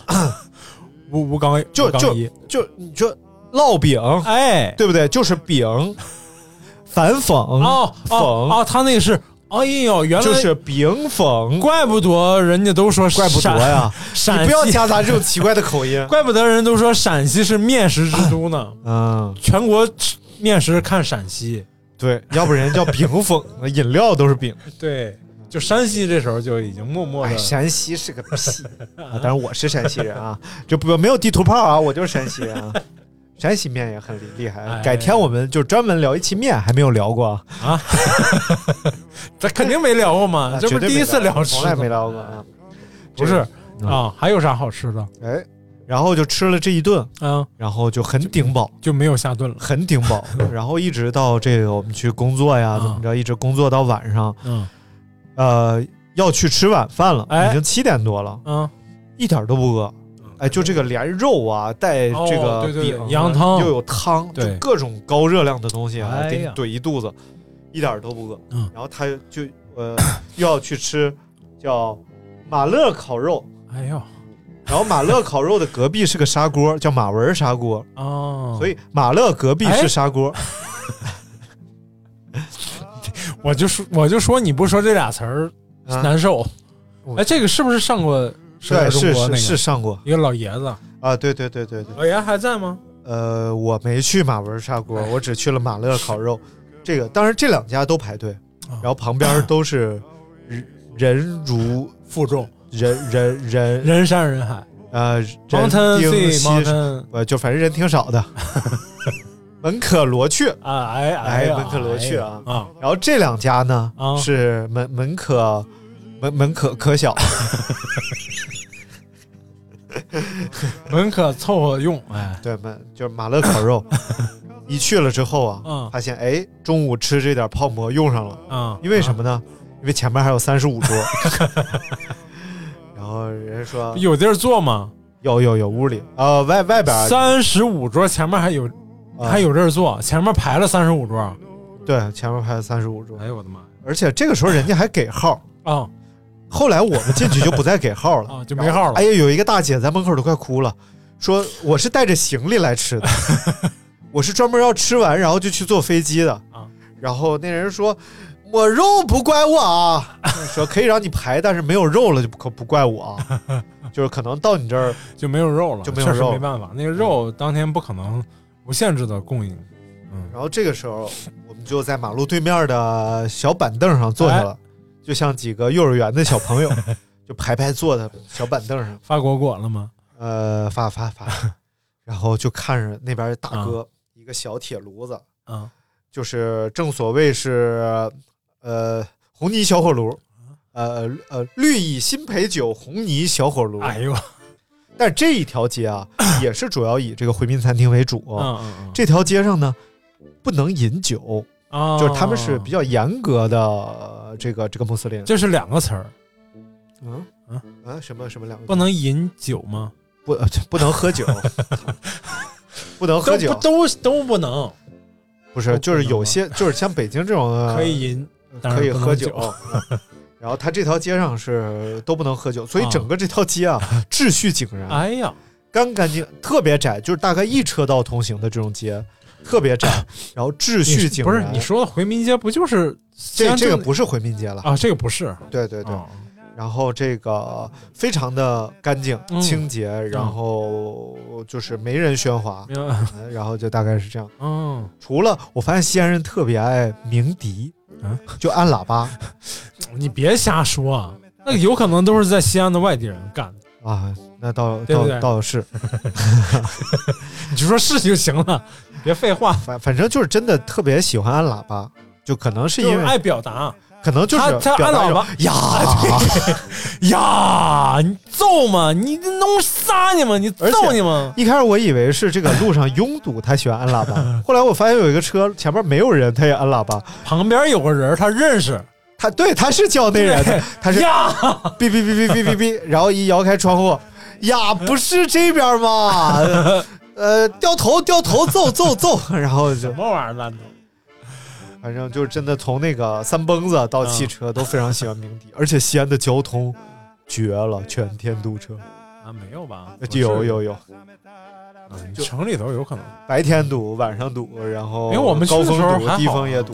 Speaker 2: 吴吴刚
Speaker 5: 就
Speaker 2: 吴刚
Speaker 5: 就
Speaker 2: 一
Speaker 5: 就你说烙饼，
Speaker 2: 哎
Speaker 5: 对不对？就是 饼，反粉
Speaker 2: 哦哦
Speaker 5: 讽
Speaker 2: 哦，他那个是哎呦，原来
Speaker 5: 就是饼粉，
Speaker 2: 怪不得人家都说
Speaker 5: 怪不得
Speaker 2: 陕
Speaker 5: 呀！
Speaker 2: 陕
Speaker 5: 你
Speaker 2: 西。
Speaker 5: 不要夹杂这种奇怪的口音
Speaker 2: 怪不得人都说陕西是面食之都呢，
Speaker 5: 嗯，
Speaker 2: 全国吃面食看陕西。
Speaker 5: 对，要不人叫饼粉， 饮料都是饼。
Speaker 2: 对，就山西这时候就已经默默
Speaker 5: 哎，
Speaker 2: 的
Speaker 5: 山西是个屁！ 啊当然我是山西人 啊，这不没有地图炮啊，我就是山西人 啊。山西面也很厉害，
Speaker 2: 哎
Speaker 5: 改天我们就专门聊一期面，还没有聊过啊。
Speaker 2: 啊，咱肯定没聊过嘛，
Speaker 5: 啊
Speaker 2: 这不
Speaker 5: 绝
Speaker 2: 是
Speaker 5: 对
Speaker 2: 第一次
Speaker 5: 没聊
Speaker 2: 聊
Speaker 5: 过
Speaker 2: 吃
Speaker 5: 从来
Speaker 2: 的
Speaker 5: 没
Speaker 2: 吗，
Speaker 5: 聊过啊。
Speaker 2: 不是
Speaker 5: 嗯
Speaker 2: 啊？还有啥好吃的？
Speaker 5: 哎，然后就吃了这一顿，
Speaker 2: 嗯，
Speaker 5: 然后就很顶饱，
Speaker 2: 就没有下顿了。
Speaker 5: 很顶 饱，然后一直到这个我们去工作呀，
Speaker 2: 啊
Speaker 5: 怎么着，一直工作到晚上，
Speaker 2: 嗯
Speaker 5: 呃，要去吃晚饭了，
Speaker 2: 哎
Speaker 5: 已经七点多了，
Speaker 2: 嗯，
Speaker 5: 一点都不饿。哎，就这个连肉啊，带这
Speaker 2: 哦
Speaker 5: 个
Speaker 2: 对对对
Speaker 5: 饼啊
Speaker 2: 羊汤
Speaker 5: 又有汤，就
Speaker 2: 对
Speaker 5: 各种高热量的东西啊，
Speaker 2: 哎
Speaker 5: 给你
Speaker 2: 呀
Speaker 5: 怼一肚子，一点都不饿。
Speaker 2: 嗯
Speaker 5: 然后他就呃又要去吃叫马勒烤肉，
Speaker 2: 哎呦
Speaker 5: 然后马勒烤肉的隔壁是个砂锅， 叫马文砂锅，
Speaker 2: 哦，哎
Speaker 5: 所以马勒隔壁是砂锅。
Speaker 2: 我就说我就说你不说这俩词儿
Speaker 5: 啊
Speaker 2: 难受。
Speaker 5: 我
Speaker 2: 哎，这个是不是上过《射
Speaker 5: 对，
Speaker 2: 雕中
Speaker 5: 是
Speaker 2: 国》那
Speaker 5: 是是
Speaker 2: 个？
Speaker 5: 上过
Speaker 2: 一个老爷子，
Speaker 5: 啊，对对对对对。
Speaker 2: 老爷还在吗？
Speaker 5: 呃，我没去马文砂锅，
Speaker 2: 哎
Speaker 5: 我只去了马勒烤肉。这个当然这两家都排队，
Speaker 2: 啊
Speaker 5: 然后旁边都是人人如
Speaker 2: 负重，
Speaker 5: 人人人
Speaker 2: 人山人海
Speaker 5: 呃人
Speaker 2: ，Mountain
Speaker 5: 丁
Speaker 2: C
Speaker 5: 稀
Speaker 2: Mountain
Speaker 5: 呃，就反正人挺 少的。门可罗雀，
Speaker 2: 啊，哎
Speaker 5: 哎
Speaker 2: 呀
Speaker 5: 门可罗雀啊
Speaker 2: 哎呀啊，
Speaker 5: 然后这两家呢、
Speaker 2: 啊
Speaker 5: 是门门可门门可可小，
Speaker 2: 门可凑合用，哎，
Speaker 5: 对门就是马勒烤 肉。一去了之后啊，
Speaker 2: 嗯
Speaker 5: 发现哎中午吃这点泡馍用上了。
Speaker 2: 啊，
Speaker 5: 因为什么呢？因为前 面还有三十五桌。然后人家说
Speaker 2: 啊哎有地儿坐吗？
Speaker 5: 有有有屋里啊、呃外外边儿
Speaker 2: 三十五桌前面还有
Speaker 5: 啊
Speaker 2: 还有人坐，前面排了三十五桌。
Speaker 5: 对前面排三十五桌，
Speaker 2: 哎呦我的妈呀！
Speaker 5: 而且这个时候人家还给号，
Speaker 2: 啊
Speaker 5: 后来我们进去就不再给号 了
Speaker 2: 啊，就没号了。
Speaker 5: 哎呀，有一个大姐在门口都快哭了，说我是带着行李来吃 的，我是专门要吃完然后就去坐飞机的
Speaker 2: 啊。
Speaker 5: 然后那人说，我肉不怪我啊， 说可以让你排，但是没有肉了就不可不怪我啊， 就是可能到你这儿
Speaker 2: 就没有肉了，
Speaker 5: 就没有肉
Speaker 2: 确实没办法。那个肉当天不可能无限制的供应，嗯，
Speaker 5: 然后这个时候，我们就在马路对面的小板凳上坐下
Speaker 2: 哎
Speaker 5: 了，就像几个幼儿园的小朋友，就排排坐在小板凳上，
Speaker 2: 发果果了吗？
Speaker 5: 呃，发发 发，然后就看着那边大哥、一个小铁炉子，
Speaker 2: 啊，
Speaker 5: 就是正所谓是，呃，红泥小火炉，
Speaker 2: 啊
Speaker 5: 呃呃，绿蚁新醅酒，红泥小火炉。
Speaker 2: 哎呦，
Speaker 5: 但这一条街啊，也是主要以这个回民餐厅为主。
Speaker 2: 嗯嗯嗯，
Speaker 5: 这条街上呢，不能饮酒。
Speaker 2: 啊，
Speaker 5: 就是他们是比较严格的呃这个这个穆斯林。
Speaker 2: 这是两个词儿，
Speaker 5: 嗯
Speaker 2: 嗯
Speaker 5: 啊什么什么两个
Speaker 2: 不能饮酒吗？
Speaker 5: 不呃不能喝酒， 不能喝酒
Speaker 2: 都不都都不能，
Speaker 5: 不是
Speaker 2: 都
Speaker 5: 就是
Speaker 2: 哦不能
Speaker 5: 有些就是像北京这种呃
Speaker 2: 可以饮，但是
Speaker 5: 可以
Speaker 2: 不能
Speaker 5: 喝酒
Speaker 2: 酒。
Speaker 5: 嗯然后他这条街上是都不能喝酒，所以
Speaker 2: 啊
Speaker 5: 整个这条街 啊秩序井然，
Speaker 2: 哎呀，
Speaker 5: 干干净，特别窄，就是大概一车道通行的这种街，特别 窄，然后秩序
Speaker 2: 你
Speaker 5: 井
Speaker 2: 不是
Speaker 5: 然。
Speaker 2: 你说的回民街不就是
Speaker 5: 啊这这个
Speaker 2: 不
Speaker 5: 不是回民街了，
Speaker 2: 啊？这个不是，
Speaker 5: 对对对，
Speaker 2: 啊
Speaker 5: 然后这个非常的干净
Speaker 2: 嗯
Speaker 5: 清洁，然后就是没人喧哗，嗯
Speaker 2: 明白
Speaker 5: 然后就大概是这样。
Speaker 2: 嗯，
Speaker 5: 除了我发现西安人特别爱鸣笛，
Speaker 2: 啊
Speaker 5: 就按喇叭
Speaker 2: 你别瞎说啊，那有可能都是在西安的外地人干的，
Speaker 5: 啊，那倒
Speaker 2: 对不对
Speaker 5: 倒倒是，
Speaker 2: 你就说是就行 了，别废话，
Speaker 5: 反反正就是真的特别喜欢按喇叭，就可能是
Speaker 2: 就
Speaker 5: 因
Speaker 2: 是爱
Speaker 5: 为
Speaker 2: 表达。
Speaker 5: 可能就是
Speaker 2: 他他
Speaker 5: 表达
Speaker 2: 按
Speaker 5: 一
Speaker 2: 喇
Speaker 5: 种
Speaker 2: 叭
Speaker 5: 呀，
Speaker 2: 呀，你揍嘛，你这弄啥你嘛，你揍你嘛，
Speaker 5: 一开始我以为是这个路上拥堵，他喜欢按喇 叭。后来我发现有一个车前面没有人，他也按喇叭。
Speaker 2: 旁边有个人他认识，
Speaker 5: 他对他是叫那人的
Speaker 2: 对，
Speaker 5: 他是
Speaker 2: 呀，
Speaker 5: 哔哔哔哔哔哔哔，然后一摇开窗户，呀，不是这边吗？ 呃，掉头掉头，揍揍揍，然后就
Speaker 2: 什么玩意儿烂的，
Speaker 5: 反正就真的从那个三蹦子到汽
Speaker 2: 嗯
Speaker 5: 车都非常喜欢鸣笛，而且西安的交通绝了，全天堵车，
Speaker 2: 啊没有吧？
Speaker 5: 呃有有有，
Speaker 2: 不是，城里头有可能，
Speaker 5: 白天堵，晚上堵，然后
Speaker 2: 因为我们去
Speaker 5: 高
Speaker 2: 的时
Speaker 5: 峰
Speaker 2: 候还好
Speaker 5: 堵，
Speaker 2: 啊
Speaker 5: 低峰也堵，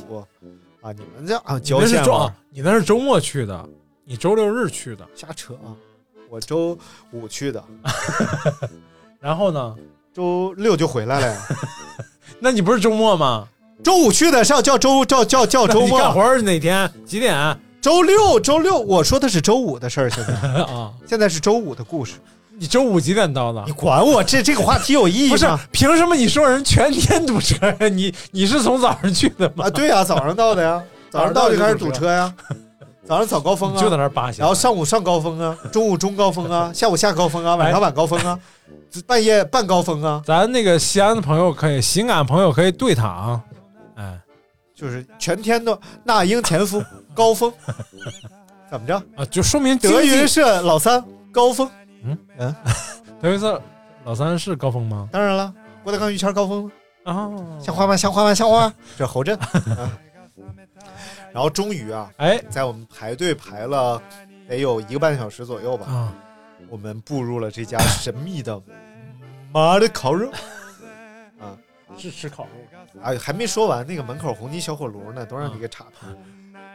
Speaker 5: 啊，你们这啊
Speaker 2: 你
Speaker 5: 郊
Speaker 2: 那是
Speaker 5: 县
Speaker 2: 周，
Speaker 5: 玩
Speaker 2: 啊你那是周末去的，你周六日去的，
Speaker 5: 瞎扯啊，我周五去的，
Speaker 2: 然后呢？
Speaker 5: 周六就回来了呀，
Speaker 2: 那你不是周末吗？
Speaker 5: 周五去的，上叫周叫叫叫哦周
Speaker 2: 那你
Speaker 5: 末
Speaker 2: 干活儿哪天几 点啊？
Speaker 5: 周六，周六，我说的是周五的事儿。现在，现在是周五的故事。
Speaker 2: 啊你周五几点到的
Speaker 5: 你？管我这这个话题有意义
Speaker 2: 啊不
Speaker 5: 吗？
Speaker 2: 是，凭什么你说人全天堵车呀？你你是从早上去的吗？
Speaker 5: 啊，对呀、早上到的呀， 早上到就开始堵车呀，早上早高峰
Speaker 2: 你就在
Speaker 5: 啊，
Speaker 2: 那儿扒下，
Speaker 5: 然后上午上高峰啊，中午中高峰 啊，下午下高峰啊，晚上晚高峰啊，半夜半高峰啊，
Speaker 2: 咱那个西安的朋友可以，喜感朋友可以对他啊，哎
Speaker 5: 就是全天都那英前夫高 峰，怎么着？
Speaker 2: 啊，就说明经
Speaker 5: 德
Speaker 2: 济
Speaker 5: 云社老三高峰，
Speaker 2: 德云社老三是高峰吗？
Speaker 5: 当然了，郭德纲、于谦高峰。
Speaker 2: 啊，
Speaker 5: 像花吗？像花吗？像花吗？这侯 震。啊然后终于啊，
Speaker 2: 哎
Speaker 5: 在我们排队排了得有一个半小时左右吧，
Speaker 2: 啊，
Speaker 5: 我们步入了这家神秘的麻的烤肉。啊，
Speaker 2: 是吃烤肉。
Speaker 5: 哎，还没说完，那个门口红泥小火炉呢，都让你给岔开了。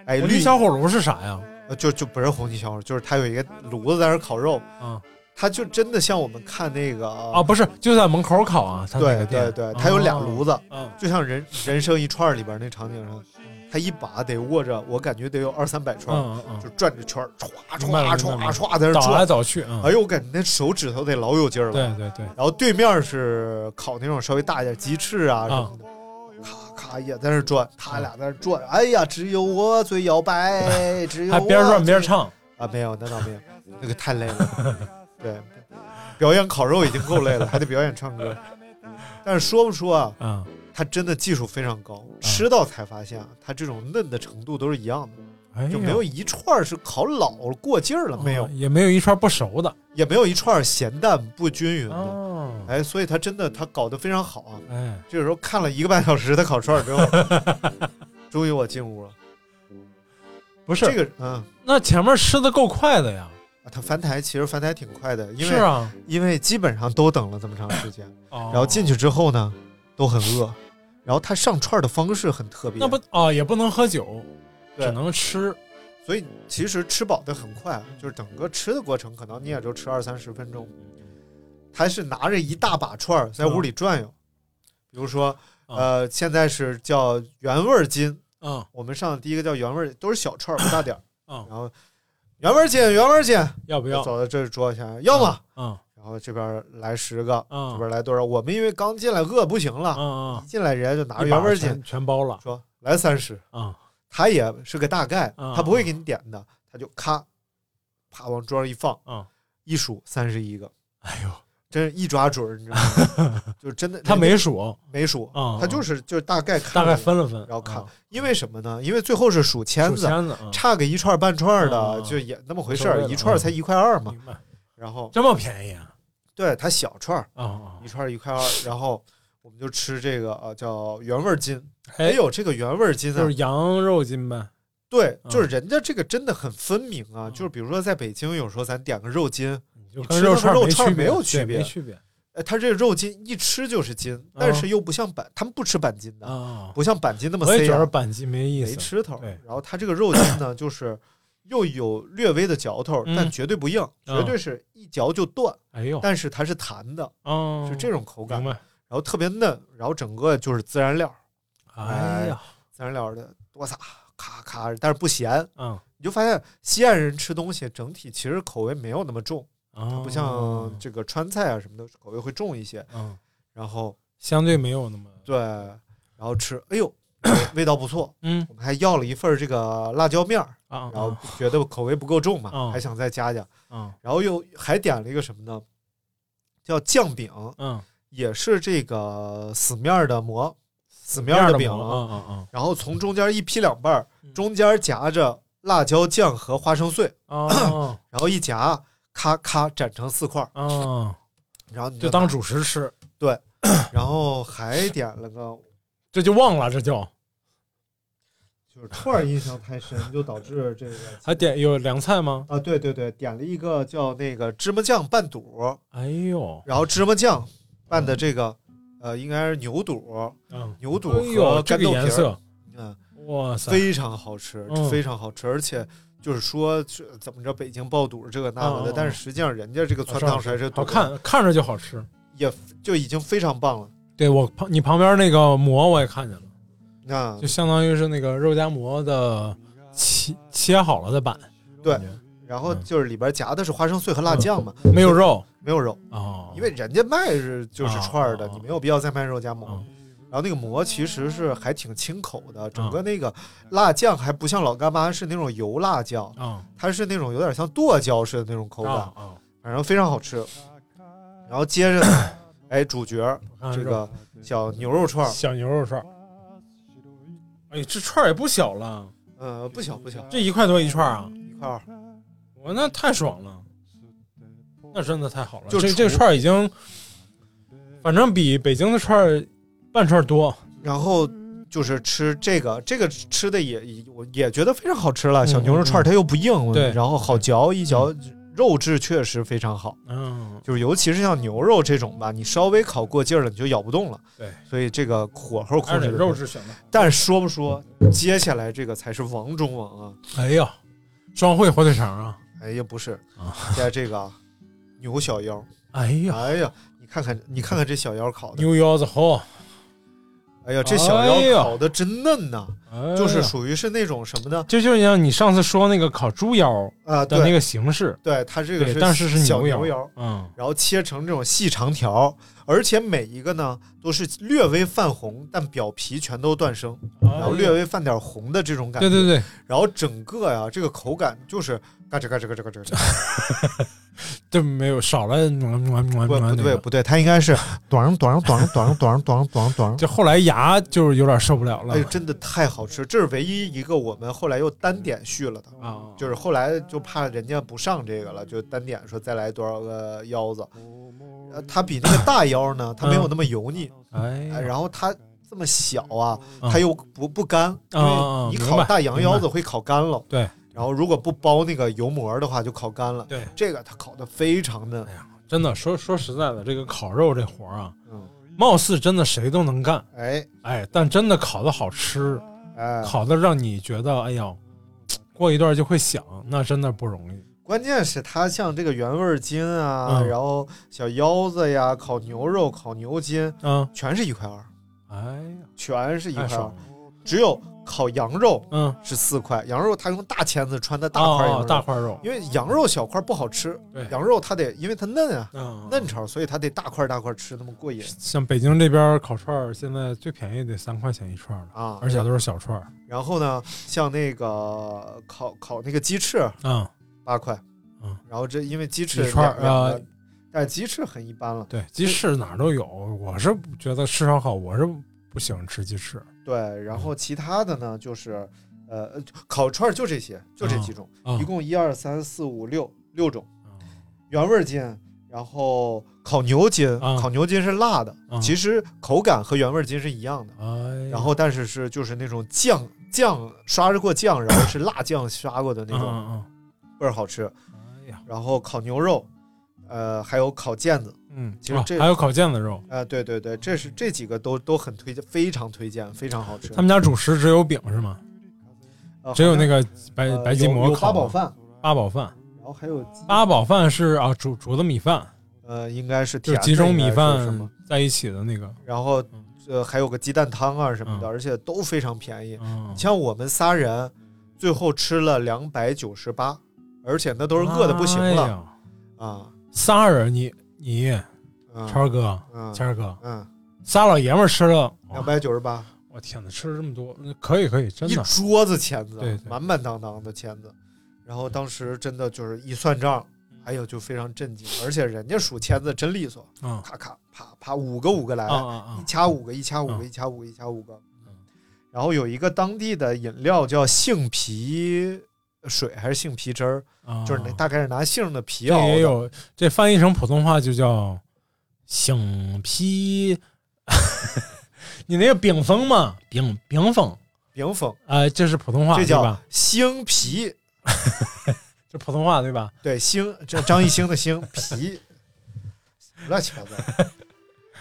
Speaker 5: 哎，
Speaker 2: 嗯红
Speaker 5: 绿
Speaker 2: 旗小火炉是啥呀？
Speaker 5: 呃就就不是红泥小火炉，就是它有一个炉子在那儿烤肉，
Speaker 2: 啊
Speaker 5: 它就真的像我们看那个
Speaker 2: 啊，
Speaker 5: 啊，
Speaker 2: 不是，就在门口烤啊。他那
Speaker 5: 对
Speaker 2: 个
Speaker 5: 对
Speaker 2: 店
Speaker 5: 对，它有俩炉。子，
Speaker 2: 哦
Speaker 5: 就像人人生一串里边那场景上，他一把得握着，我感觉得有二三百串，
Speaker 2: 嗯嗯嗯嗯
Speaker 5: 就转着圈儿，歘
Speaker 2: 明白了
Speaker 5: 歘
Speaker 2: 明白
Speaker 5: 歘
Speaker 2: 了
Speaker 5: 歘在
Speaker 2: 嗯，
Speaker 5: 那
Speaker 2: 倒来
Speaker 5: 转。
Speaker 2: 倒去啊。
Speaker 5: 哎呦，我哎感觉那手指头得老有劲儿了。
Speaker 2: 对对对，
Speaker 5: 然后对面是烤那种稍微大一点鸡翅啊
Speaker 2: 啊
Speaker 5: 什么的，咔咔也在那转，他俩在那转。哎呀，只有我最摇摆，只有
Speaker 2: 还
Speaker 5: 我
Speaker 2: 边转边
Speaker 5: 最
Speaker 2: 唱。
Speaker 5: 啊，没有，那倒没有，那个太累 了。对，表演烤肉已经够累了，还得表演唱歌。但是说不说啊，
Speaker 2: 啊
Speaker 5: 它真的技术非常高，吃到才发现啊，它这种嫩的程度都是一样的。
Speaker 2: 哎
Speaker 5: 就
Speaker 2: 呦
Speaker 5: 没有一串是烤老了过劲儿了，没有
Speaker 2: 哦，也没有一串不熟的。
Speaker 5: 也没有一串咸淡不均匀的。
Speaker 2: 哦，
Speaker 5: 哎，所以他真的他搞得非常好啊！
Speaker 2: 哎，
Speaker 5: 这个时候看了一个半小时的烤串儿之后， 终于我进屋了。
Speaker 2: 不是，
Speaker 5: 这个嗯，
Speaker 2: 那前面吃的够快的呀。
Speaker 5: 他翻台其实翻台挺快的，因
Speaker 2: 是
Speaker 5: 为、
Speaker 2: 啊，哦
Speaker 5: 因为基本上都等了这么长时间，
Speaker 2: 然
Speaker 5: 然后进去之后呢，都很饿。然后他上串儿的方式很特别，
Speaker 2: 那不哦，也不能喝酒，
Speaker 5: 对
Speaker 2: 只能吃。
Speaker 5: 所以其实吃饱的很快，就是整个吃的过程可能你也就吃二三十分钟。
Speaker 2: 啊
Speaker 5: 他是拿着一大把串儿在屋里转悠，比如说，呃，现在是叫原味儿筋，
Speaker 2: 嗯
Speaker 5: 我们上的第一个叫原味儿，都是小串儿不大点儿，
Speaker 2: 嗯，
Speaker 5: 然后原味儿筋，原味儿筋，
Speaker 2: 要不
Speaker 5: 就
Speaker 2: 要？
Speaker 5: 走到这桌前，要么，
Speaker 2: 嗯
Speaker 5: 然后这边来十个，
Speaker 2: 嗯
Speaker 5: 这边来多少？我们因为刚进来饿不行了，
Speaker 2: 嗯
Speaker 5: 啊一进来人家就拿
Speaker 2: 嗯，
Speaker 5: 着
Speaker 2: 一把
Speaker 5: 原味儿
Speaker 2: 全
Speaker 5: 筋
Speaker 2: 全包 了。
Speaker 5: 说来三十，
Speaker 2: 嗯
Speaker 5: 他也是个大概，
Speaker 2: 嗯
Speaker 5: 他不会给你点的，他就咔，啪往桌上一放，
Speaker 2: 嗯，
Speaker 5: 一数三十一个，
Speaker 2: 哎呦，
Speaker 5: 真是一抓准儿，你知道 吗？就真的
Speaker 2: 他
Speaker 5: 人家
Speaker 2: 没数，
Speaker 5: 没数，
Speaker 2: 嗯
Speaker 5: 他就是就是大概看
Speaker 2: 大概
Speaker 5: 了
Speaker 2: 分了分，
Speaker 5: 然后看
Speaker 2: 嗯，
Speaker 5: 因为什么呢？因为最后是数签
Speaker 2: 数
Speaker 5: 子，
Speaker 2: 签子，嗯
Speaker 5: 差个一串儿半串儿
Speaker 2: 嗯
Speaker 5: 的
Speaker 2: 嗯
Speaker 5: 就也那么回事
Speaker 2: 无
Speaker 5: 儿
Speaker 2: 所，谓了
Speaker 5: 一串儿才一块二嘛。
Speaker 2: 明白？
Speaker 5: 然后
Speaker 2: 这么便宜啊？
Speaker 5: 对他小串儿
Speaker 2: 啊啊
Speaker 5: 一！串儿一块二，然后我们就吃这个啊叫原味儿筋，
Speaker 2: 哎
Speaker 5: 哎，呦这个原味儿筋啊
Speaker 2: 就是，羊肉筋呗。
Speaker 5: 对，
Speaker 2: 嗯
Speaker 5: 就是人家这个真的很分明啊，
Speaker 2: 嗯
Speaker 5: 就是比如说在北京，有时候咱点个肉筋，
Speaker 2: 就
Speaker 5: 你
Speaker 2: 跟
Speaker 5: 吃
Speaker 2: 肉
Speaker 5: 它跟
Speaker 2: 串没
Speaker 5: 肉串
Speaker 2: 区
Speaker 5: 没有区
Speaker 2: 别，
Speaker 5: 别
Speaker 2: 没区别
Speaker 5: 呃，它这个肉筋一吃就是筋，
Speaker 2: 嗯
Speaker 5: 但是又不像板，他们不吃板筋的，
Speaker 2: 啊。
Speaker 5: 不像板筋那么
Speaker 2: 我也
Speaker 5: 塞
Speaker 2: 觉
Speaker 5: 牙
Speaker 2: 得，板筋没意
Speaker 5: 没
Speaker 2: 思，
Speaker 5: 吃头
Speaker 2: 对。
Speaker 5: 然后它这个肉筋 呢，就是又有略微的嚼头，
Speaker 2: 嗯
Speaker 5: 但绝对不硬，
Speaker 2: 嗯
Speaker 5: 绝对是一嚼就断，
Speaker 2: 哎呦，
Speaker 5: 但是它是弹的，
Speaker 2: 嗯，
Speaker 5: 是这种口感，
Speaker 2: 明
Speaker 5: 然
Speaker 2: 白？
Speaker 5: 后特别嫩，然后整个就是孜然料，
Speaker 2: 哎呀，
Speaker 5: 孜然料的多撒，咔咔，但是不咸。
Speaker 2: 嗯，
Speaker 5: 你就发现西安人吃东西整体其实口味没有那么重。
Speaker 2: 它
Speaker 5: 不
Speaker 2: 哦
Speaker 5: 像这个川菜啊什么的口味会重一些。
Speaker 2: 嗯，
Speaker 5: 然后
Speaker 2: 相对没有那么
Speaker 5: 对，然后吃，哎呦，味道不错。
Speaker 2: 嗯
Speaker 5: 我们还要了一份这个辣椒面儿，
Speaker 2: 啊，
Speaker 5: 然后觉得口味不够重嘛，
Speaker 2: 嗯
Speaker 5: 还想再加加，
Speaker 2: 嗯
Speaker 5: 然后又还点了一个什么呢？叫酱饼，
Speaker 2: 嗯，
Speaker 5: 也是这个死面儿的馍，死面
Speaker 2: 面
Speaker 5: 儿
Speaker 2: 的
Speaker 5: 饼，
Speaker 2: 嗯嗯
Speaker 5: 然后从中间一劈两半儿
Speaker 2: 嗯，
Speaker 5: 中间夹着辣椒酱和花生碎，
Speaker 2: 嗯，哦
Speaker 5: 然后一夹，咔咔斩成四块儿，
Speaker 2: 哦，
Speaker 5: 然后你
Speaker 2: 就
Speaker 5: 拿
Speaker 2: 当主食吃，
Speaker 5: 然后还点了个，
Speaker 2: 这就忘了，这就
Speaker 5: 就是突然印象太深，就导致这个
Speaker 2: 还点有凉菜吗？
Speaker 5: 啊，对对对，点了一个叫那个芝麻酱拌肚，
Speaker 2: 哎呦，
Speaker 5: 然后芝麻酱拌的这个呃应该是牛肚，
Speaker 2: 嗯，
Speaker 5: 牛肚
Speaker 2: 哎呦，
Speaker 5: 和
Speaker 2: 这
Speaker 5: 干
Speaker 2: 个
Speaker 5: 豆皮
Speaker 2: 颜
Speaker 5: 儿，
Speaker 2: 色，
Speaker 5: 嗯，
Speaker 2: 哇塞，
Speaker 5: 非常好吃
Speaker 2: 嗯，
Speaker 5: 非常好吃，而且。就是说，是怎么着北京爆肚这个那个
Speaker 2: 嗯嗯
Speaker 5: 的，
Speaker 2: 嗯啊
Speaker 5: 但是实际上人家这个
Speaker 2: 好
Speaker 5: 川烫出来这
Speaker 2: 好
Speaker 5: 肚
Speaker 2: 看，看着就好吃。
Speaker 5: 也就已经非常棒了。
Speaker 2: 对我旁你旁边那个馍我也看见了，
Speaker 5: 那
Speaker 2: 就相当于是那个肉夹馍的切切好了的版，
Speaker 5: 对
Speaker 2: 感，觉
Speaker 5: 然后就是里边夹的是花生碎和辣酱嘛，
Speaker 2: 没有肉
Speaker 5: 没有肉，
Speaker 2: 嗯哦，
Speaker 5: 因为人家卖是就是串儿的，
Speaker 2: 啊
Speaker 5: 你没有必要再卖肉夹馍
Speaker 2: 啊。
Speaker 5: 然后那个馍其实是还挺清口
Speaker 2: 哦
Speaker 5: 的，整个那个辣酱还不像老干妈是那种油辣酱，
Speaker 2: 啊
Speaker 5: 它是那种有点像剁椒似的那种口
Speaker 2: 啊
Speaker 5: 感，
Speaker 2: 啊，
Speaker 5: 反正非常好吃。然后接着呢，哎，主角
Speaker 2: 我看看
Speaker 5: 这个小牛肉串儿，
Speaker 2: 啊小牛肉串儿，哎，这串儿也不小了，
Speaker 5: 嗯，不小不小，
Speaker 2: 这一块多一串儿啊，
Speaker 5: 一块儿，
Speaker 2: 我那太爽了，那真的太好了，
Speaker 5: 就
Speaker 2: 这
Speaker 5: 除
Speaker 2: 这个串儿已经，反正比北京的串儿半串儿多，
Speaker 5: 然后。就是吃这个，这个吃的也也我也觉得非常好吃了。小牛肉串儿它又不硬，
Speaker 2: 嗯对
Speaker 5: 然后好嚼，一嚼肉质确实非常好。
Speaker 2: 嗯，
Speaker 5: 就是尤其是像牛肉这种吧，你稍微烤过劲儿了，你就咬不动了。
Speaker 2: 对，
Speaker 5: 所以这个火候
Speaker 2: 还
Speaker 5: 控
Speaker 2: 是
Speaker 5: 制
Speaker 2: 得
Speaker 5: 得
Speaker 2: 肉
Speaker 5: 住
Speaker 2: 质选的，
Speaker 5: 但说不说，接下来这个才是王中王啊！
Speaker 2: 哎呀，双汇火腿肠啊，
Speaker 5: 哎呀，不是
Speaker 2: 啊，
Speaker 5: 加这个啊，牛小腰，
Speaker 2: 哎呀，
Speaker 5: 哎呀，你看看，你看看这小腰烤的，
Speaker 2: 牛腰子厚，
Speaker 5: 哎呀，这小
Speaker 2: 哎呀
Speaker 5: 腰烤的真嫩呐、
Speaker 2: 哎呀
Speaker 5: 就是属于是那种什么呢？
Speaker 2: 这就是像你上次说那个烤猪腰
Speaker 5: 啊，
Speaker 2: 的那
Speaker 5: 对，
Speaker 2: 个形式，
Speaker 5: 对，它这个
Speaker 2: 对，但是是
Speaker 5: 小
Speaker 2: 腰，
Speaker 5: 腰，
Speaker 2: 嗯，
Speaker 5: 然后切成这种细长条，而且每一个呢都是略微泛红，但表皮全都断生。然后略微泛点红的这种感
Speaker 2: 哦对
Speaker 5: 觉。
Speaker 2: 对对，
Speaker 5: 然后整个呀、这个口感就是嘎吱嘎吱嘎吱嘎吱，
Speaker 2: 就没有少了。
Speaker 5: 不不
Speaker 2: 不
Speaker 5: 对不对，他应该是短短短短短短短 短。
Speaker 2: 就后来牙就是有点受不了了
Speaker 5: 哎，真的太好吃，这是唯一一个我们后来又单点续了的，
Speaker 2: 啊，
Speaker 5: 就是后来就怕人家不上这个了，就单点说再来多少个腰子。呃，它比那个大腰呢，它没有那么油腻，
Speaker 2: 哎
Speaker 5: 哎，然后它这么小啊，
Speaker 2: 嗯
Speaker 5: 它又不不干，因
Speaker 2: 嗯嗯
Speaker 5: 为你
Speaker 2: 明
Speaker 5: 烤
Speaker 2: 白
Speaker 5: 大羊腰子会烤干了。
Speaker 2: 对
Speaker 5: 然后如果不包那个油膜的话，就烤干了。
Speaker 2: 对，
Speaker 5: 这个它烤的非常嫩，
Speaker 2: 真的说说实在的，这个烤肉这活儿啊，
Speaker 5: 嗯，
Speaker 2: 貌似真的谁都能干，
Speaker 5: 哎
Speaker 2: 哎，但真的烤的好吃，
Speaker 5: 哎，
Speaker 2: 烤的让你觉得哎呀，过一段就会想，那真的不容易。
Speaker 5: 关键是它像这个原味筋啊，
Speaker 2: 嗯
Speaker 5: 然后小腰子呀，烤牛肉、烤牛筋，
Speaker 2: 嗯，
Speaker 5: 全是一块二，
Speaker 2: 哎呀，
Speaker 5: 全是一块
Speaker 2: 太爽
Speaker 5: 二
Speaker 2: 了，，
Speaker 5: 只有烤羊肉
Speaker 2: 嗯，
Speaker 5: 是四块，羊肉它用大钳子穿的大块羊
Speaker 2: 哦
Speaker 5: 肉，
Speaker 2: 哦大块肉，
Speaker 5: 因为羊肉小块不好吃
Speaker 2: 对，
Speaker 5: 羊肉它得因为它嫩啊，
Speaker 2: 嗯，
Speaker 5: 嫩炒，所以它得大块大块吃，那么过瘾
Speaker 2: 像北京这边烤串儿，现在最便宜得三块钱一串儿了，
Speaker 5: 啊。
Speaker 2: 而且都是小串儿，
Speaker 5: 然后呢，像那个烤烤那个鸡翅
Speaker 2: 嗯，
Speaker 5: 八块，
Speaker 2: 嗯，
Speaker 5: 然后这因为鸡翅
Speaker 2: 几串儿
Speaker 5: 两两个
Speaker 2: 呃
Speaker 5: 但是鸡翅很一般了。
Speaker 2: 对，鸡翅哪儿都有，我是觉得吃烧烤我是不喜欢吃鸡翅，
Speaker 5: 对，然
Speaker 2: 嗯
Speaker 5: 后其他的呢就是，呃，烤串儿就这些，就这几种，
Speaker 2: 啊
Speaker 5: 一，共一二三四五六六种
Speaker 2: 嗯
Speaker 5: 原味儿筋，然后烤牛筋，
Speaker 2: 啊
Speaker 5: 烤牛筋是辣的，
Speaker 2: 啊
Speaker 5: 其实口感和原味儿筋是一样的，
Speaker 2: 哎，
Speaker 5: 然后但是是就是那种酱酱刷着过酱，然后是辣酱刷过的那种，
Speaker 2: 嗯
Speaker 5: 倍儿好吃。
Speaker 2: 嗯嗯，哎呀，
Speaker 5: 然后烤牛肉，呃，还有烤腱子，
Speaker 2: 嗯，
Speaker 5: 其实
Speaker 2: 哦
Speaker 5: 这
Speaker 2: 还有烤腱子肉，
Speaker 5: 啊、对对对，这是这几个都都很推荐，非常推荐，非常好吃。
Speaker 2: 他们家主食只有饼是吗？
Speaker 5: 呃
Speaker 2: 只有那
Speaker 5: 好
Speaker 2: 个白
Speaker 5: 像呃
Speaker 2: 白吉
Speaker 5: 有
Speaker 2: 馍
Speaker 5: 有八
Speaker 2: 烤
Speaker 5: 宝
Speaker 2: 吗
Speaker 5: 饭。
Speaker 2: 八宝饭，
Speaker 5: 然后还有鸡
Speaker 2: 八宝饭是啊煮煮的米饭，
Speaker 5: 呃，应该是
Speaker 2: 就
Speaker 5: 甜
Speaker 2: 是
Speaker 5: 的
Speaker 2: 几种米
Speaker 5: 应该是什么
Speaker 2: 饭在一起的那个，
Speaker 5: 然后呃还有个鸡蛋汤啊什么的，
Speaker 2: 嗯
Speaker 5: 而且都非常便宜。
Speaker 2: 嗯，
Speaker 5: 像我们仨人，最后吃了两百九十八，而且那都是饿的不行
Speaker 2: 哎
Speaker 5: 了
Speaker 2: 呀
Speaker 5: 啊。
Speaker 2: 仨人，你你
Speaker 5: 嗯
Speaker 2: 超哥、
Speaker 5: 嗯
Speaker 2: 谦儿哥，
Speaker 5: 嗯，
Speaker 2: 仨老爷们儿吃了，
Speaker 5: 两
Speaker 2: 哦
Speaker 5: 百九十八，
Speaker 2: 我天哪，吃了这么多，嗯可以可以，真
Speaker 5: 一
Speaker 2: 的，
Speaker 5: 桌子签子，
Speaker 2: 对对
Speaker 5: 满满当当的签子。然后当时真的就是一算账，哎呦就非常震惊，而且人家数签子真利索，
Speaker 2: 嗯
Speaker 5: 咔咔啪啪五个五个来，
Speaker 2: 啊啊
Speaker 5: 一掐五个，一掐五个，
Speaker 2: 嗯
Speaker 5: 一掐五个，一掐五个
Speaker 2: 嗯。
Speaker 5: 然后有一个当地的饮料叫杏皮水还是杏皮汁儿，
Speaker 2: 啊，
Speaker 5: 就是那大概是拿杏的皮
Speaker 2: 这
Speaker 5: 熬
Speaker 2: 也
Speaker 5: 的。
Speaker 2: 有，这翻译成普通话就叫醒批， 你那个饼风嘛，饼饼风，
Speaker 5: 饼粉，
Speaker 2: 啊，这是普通话
Speaker 5: 这
Speaker 2: 对
Speaker 5: 叫
Speaker 2: 吧？
Speaker 5: 杏皮，
Speaker 2: 这普通话对吧？
Speaker 5: 对，星，这张艺兴的兴皮，乱七八糟。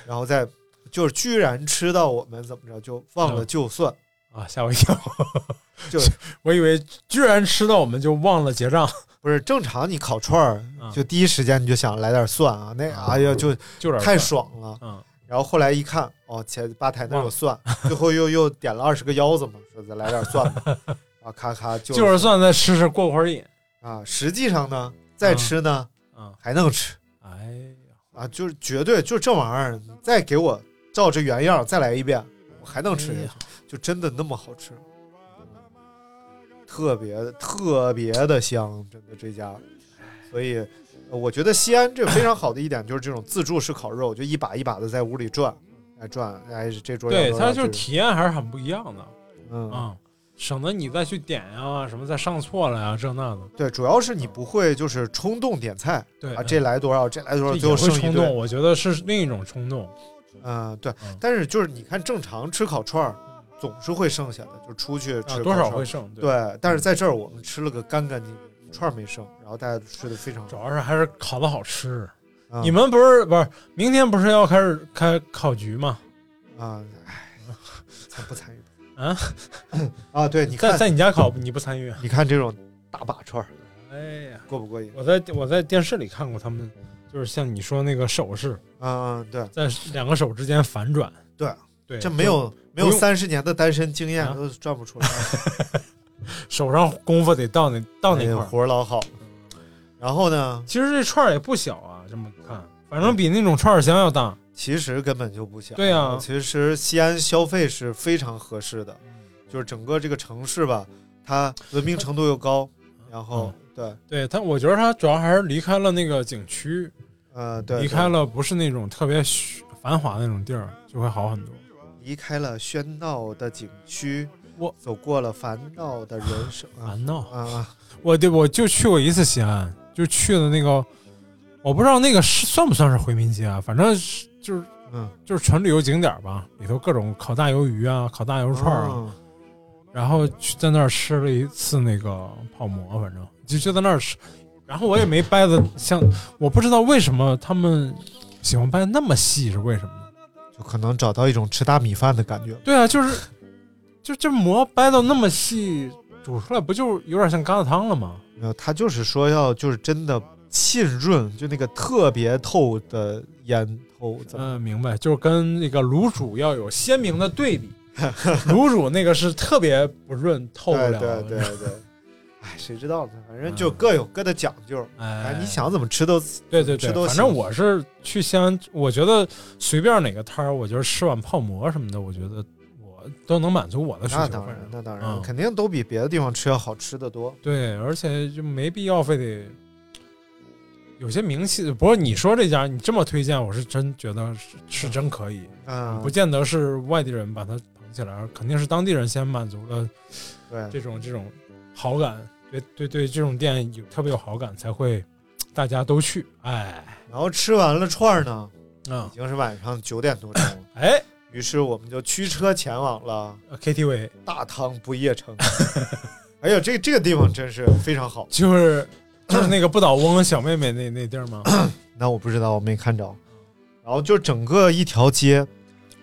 Speaker 5: 然后再就是居然吃到我们怎么着就忘了
Speaker 2: 嗯
Speaker 5: 就算，
Speaker 2: 啊，吓我一跳，
Speaker 5: 就
Speaker 2: 我以为居然吃到我们就忘了结账，
Speaker 5: 不是正常你烤串儿
Speaker 2: 嗯
Speaker 5: 就第一时间你就想来点蒜啊，那哎呀就
Speaker 2: 就有点
Speaker 5: 太
Speaker 2: 儿
Speaker 5: 爽了。
Speaker 2: 嗯
Speaker 5: 然后后来一看，哦，前吧台那有蒜，最后又又点了二十个腰子嘛，说再来点蒜吧， 然后咔咔就
Speaker 2: 就是算再吃吃过会儿瘾。
Speaker 5: 啊，实际上呢，再吃呢、
Speaker 2: 嗯，
Speaker 5: 还能吃
Speaker 2: 哎呀，
Speaker 5: 啊，就是绝对就这玩意儿，你再给我照着原样再来一遍，我还能吃
Speaker 2: 哎
Speaker 5: 下去，就真的那么好吃，特别特别的香，真的这家，所以呃我觉得西安这有非常好的一点就是这种自助式烤肉，就一把一把的在屋里转。哎转，哎，这桌羊
Speaker 2: 对，
Speaker 5: 肉
Speaker 2: 它
Speaker 5: 啊
Speaker 2: 就是
Speaker 5: 这
Speaker 2: 体验还是很不一样的
Speaker 5: 嗯
Speaker 2: 啊、省得你再去点啊，什么再上错了呀、这那的。
Speaker 5: 对，主要是你不会就是冲动点菜
Speaker 2: 对
Speaker 5: 啊，这来多少，这来多少，
Speaker 2: 这
Speaker 5: 最
Speaker 2: 也
Speaker 5: 后
Speaker 2: 会
Speaker 5: 剩一
Speaker 2: 冲动，
Speaker 5: 堆。
Speaker 2: 我觉得是另一种冲动。
Speaker 5: 嗯，对
Speaker 2: 嗯。
Speaker 5: 但是就是你看，正常吃烤串儿总是会剩下的，就出去
Speaker 2: 啊
Speaker 5: 吃，
Speaker 2: 多
Speaker 5: 烤
Speaker 2: 少
Speaker 5: 串儿
Speaker 2: 会剩。对，嗯
Speaker 5: 对。但是在这儿我们吃了个干干净净，串儿没剩，然后大家都吃的非常
Speaker 2: 主
Speaker 5: 好。
Speaker 2: 要是还是烤的好吃。
Speaker 5: 啊
Speaker 2: 你们不是不是明天不是要开始开烤局吗？
Speaker 5: 啊，哎， 参不参与？
Speaker 2: 啊
Speaker 5: 啊，对，你
Speaker 2: 在
Speaker 5: 看，
Speaker 2: 在你家烤，你不参与？啊
Speaker 5: 你看这种大把串儿
Speaker 2: 哎呀，
Speaker 5: 过不过瘾？
Speaker 2: 我在我在电视里看过他们，就是像你说那个手势，
Speaker 5: 嗯，嗯对
Speaker 2: 在两个手之间反转。
Speaker 5: 对
Speaker 2: 对，
Speaker 5: 这没有没有
Speaker 2: 不用
Speaker 5: 三十年的单身经验
Speaker 2: 啊
Speaker 5: 都转不出来。
Speaker 2: 手上功夫得到那到那
Speaker 5: 哎
Speaker 2: 块
Speaker 5: 呀
Speaker 2: 儿。
Speaker 5: 活儿老好。然后呢，
Speaker 2: 其实这串儿也不小啊，这么
Speaker 5: 嗯
Speaker 2: 看，反正比那种串儿香要大。
Speaker 5: 其实根本就不小。
Speaker 2: 对啊
Speaker 5: 其实西安消费是非常合
Speaker 2: 嗯
Speaker 5: 适的，就是整个这个城市吧，它文明程度又高，然后对，
Speaker 2: 对他，我觉得他主要还是离开了那个景区，
Speaker 5: 呃，对，
Speaker 2: 离开了不是那种特别虚繁华的那种地儿，就会好很多。
Speaker 5: 离开了喧闹的景区，
Speaker 2: 我
Speaker 5: 走过了烦恼的人 生啊
Speaker 2: 烦恼，
Speaker 5: 啊，
Speaker 2: 我对我就去过一次西安，就去的那个，我不知道那个是算不算是回民街啊，反正是就是
Speaker 5: 嗯，
Speaker 2: 就是纯旅游景点儿吧，里头各种烤大鱿鱼啊，烤大
Speaker 5: 不
Speaker 2: 油串儿
Speaker 5: 哦嗯
Speaker 2: 啊，然后去在那儿吃了一次那个泡馍，反正就就在那儿吃，然后我也没掰的像，我不知道为什么他们喜欢掰那么细是为什么呢？
Speaker 5: 就可能找到一种吃大米饭的感觉。
Speaker 2: 对啊，就是就这馍掰到那么细，煮出来不就有点像疙瘩汤了吗？
Speaker 5: 没有，呃他就是说要就是真的浸润，就那个特别透的烟头，怎么
Speaker 2: 嗯，明白，就是跟那个卤煮要有鲜明的对比。 卤煮那个是特别不润透不
Speaker 5: 对
Speaker 2: 了，
Speaker 5: 对对对。 哎，谁知道呢？反正就各有各的讲究。
Speaker 2: 哎
Speaker 5: 哎，，你想怎么吃都
Speaker 2: 对对
Speaker 5: 吃
Speaker 2: 对，
Speaker 5: 都
Speaker 2: 反
Speaker 5: 行
Speaker 2: 正我是去西安，我觉得随便哪个摊儿，我觉得吃碗泡馍什么的，我觉得我都能满足我的需
Speaker 5: 那
Speaker 2: 求。
Speaker 5: 当
Speaker 2: 反
Speaker 5: 然
Speaker 2: 正，
Speaker 5: 那当然，
Speaker 2: 嗯
Speaker 5: 肯定都比别的地方吃要好吃的多。
Speaker 2: 对，而且就没必要非得有些名气。不是你说这家你这么推荐，我是真觉得是是真可以，
Speaker 5: 嗯，
Speaker 2: 不见得是外地人把它捧起来，肯定是当地人先满足了
Speaker 5: 对，
Speaker 2: 这种这种好感，对对对，这种店有特别有好感才会大家都去。哎，
Speaker 5: 然后吃完了串儿呢，
Speaker 2: 嗯
Speaker 5: 已，经是晚上九点多钟了，
Speaker 2: 哎呃
Speaker 5: 于是我们就驱车前往了
Speaker 2: ，KTV
Speaker 5: 大唐不夜 城。哎呀，这这个地方真是非常好。
Speaker 2: 就是就是那个不倒翁小妹妹那那地儿吗？
Speaker 5: 那我不知道，我没看着。然后就整个一条街，